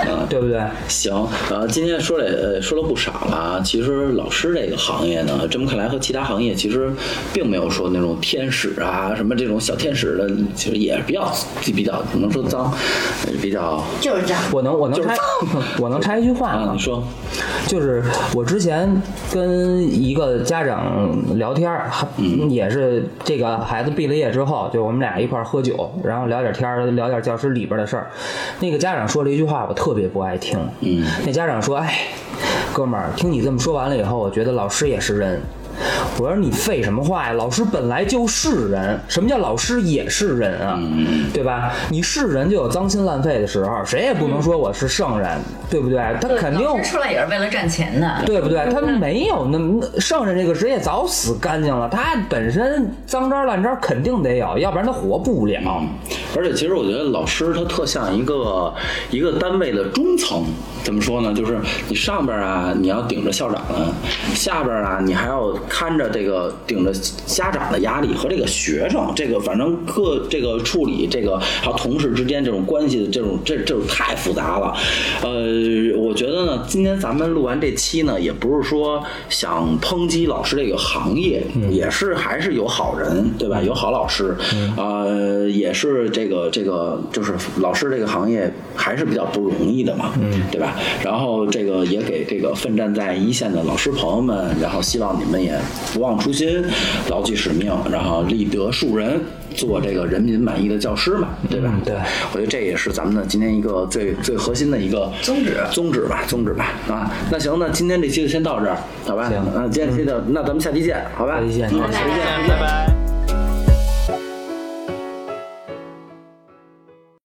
[SPEAKER 2] [LAUGHS] 对不对？
[SPEAKER 1] 行，呃，今天说了呃说了不少了啊。其实老师这个行业呢，这么看来和其他行业其实并没有说那种天使啊什么这种小天使的，其实也是比较比较不能说脏，呃比较
[SPEAKER 6] 就是这样。
[SPEAKER 2] 我能我能
[SPEAKER 6] [LAUGHS]
[SPEAKER 2] 插我能插一句话
[SPEAKER 1] 啊，
[SPEAKER 2] 吗
[SPEAKER 1] 你？说
[SPEAKER 2] 就是我之前跟一个家长聊天儿，还也是这个孩子毕了业之后，就我们俩一块儿喝酒，然后聊点天儿，聊点教室里边的事儿。那个家长说了一句话，我特别不爱听。嗯，那家长说：“哎，哥们儿，听你这么说完了以后，我觉得老师也是人。”我说你废什么话呀？老师本来就是人，什么叫老师也是人啊？对吧？你是人就有脏心烂肺的时候，谁也不能说我是圣人，对不对？他肯定
[SPEAKER 4] 老师出来也是为了赚钱的。
[SPEAKER 2] 对不对？他没有那么圣人这个职业早死干净了，他本身脏招烂招肯定得有，要不然他活不了。
[SPEAKER 1] 啊，而且其实我觉得老师他特像一个一个单位的中层，怎么说呢？就是你上边啊，你要顶着校长的；下边啊，你还要看着这个顶着家长的压力和这个学生这个反正各这个处理这个还有同事之间这种关系的这种这这种太复杂了。呃，我我觉得呢，今天咱们录完这期呢，也不是说想抨击老师这个行业，也是还是有好人，对吧？有好老师，呃，也是这个这个，就是老师这个行业还是比较不容易的嘛，对吧？然后这个也给这个奋战在一线的老师朋友们，然后希望你们也不忘初心，牢记使命，然后立德树人，做这个人民满意的教师嘛，对吧？
[SPEAKER 2] 对
[SPEAKER 1] 我觉得这也是咱们的今天一个最最核心的一个宗旨，宗旨吧，宗旨吧，啊，那行，那今天这期就先到这儿，好吧？
[SPEAKER 2] 行嗯
[SPEAKER 1] 那今天这期的，那咱们下期见，好吧？
[SPEAKER 2] 下期见
[SPEAKER 1] 嗯
[SPEAKER 2] 拜拜
[SPEAKER 1] 下期见，拜拜。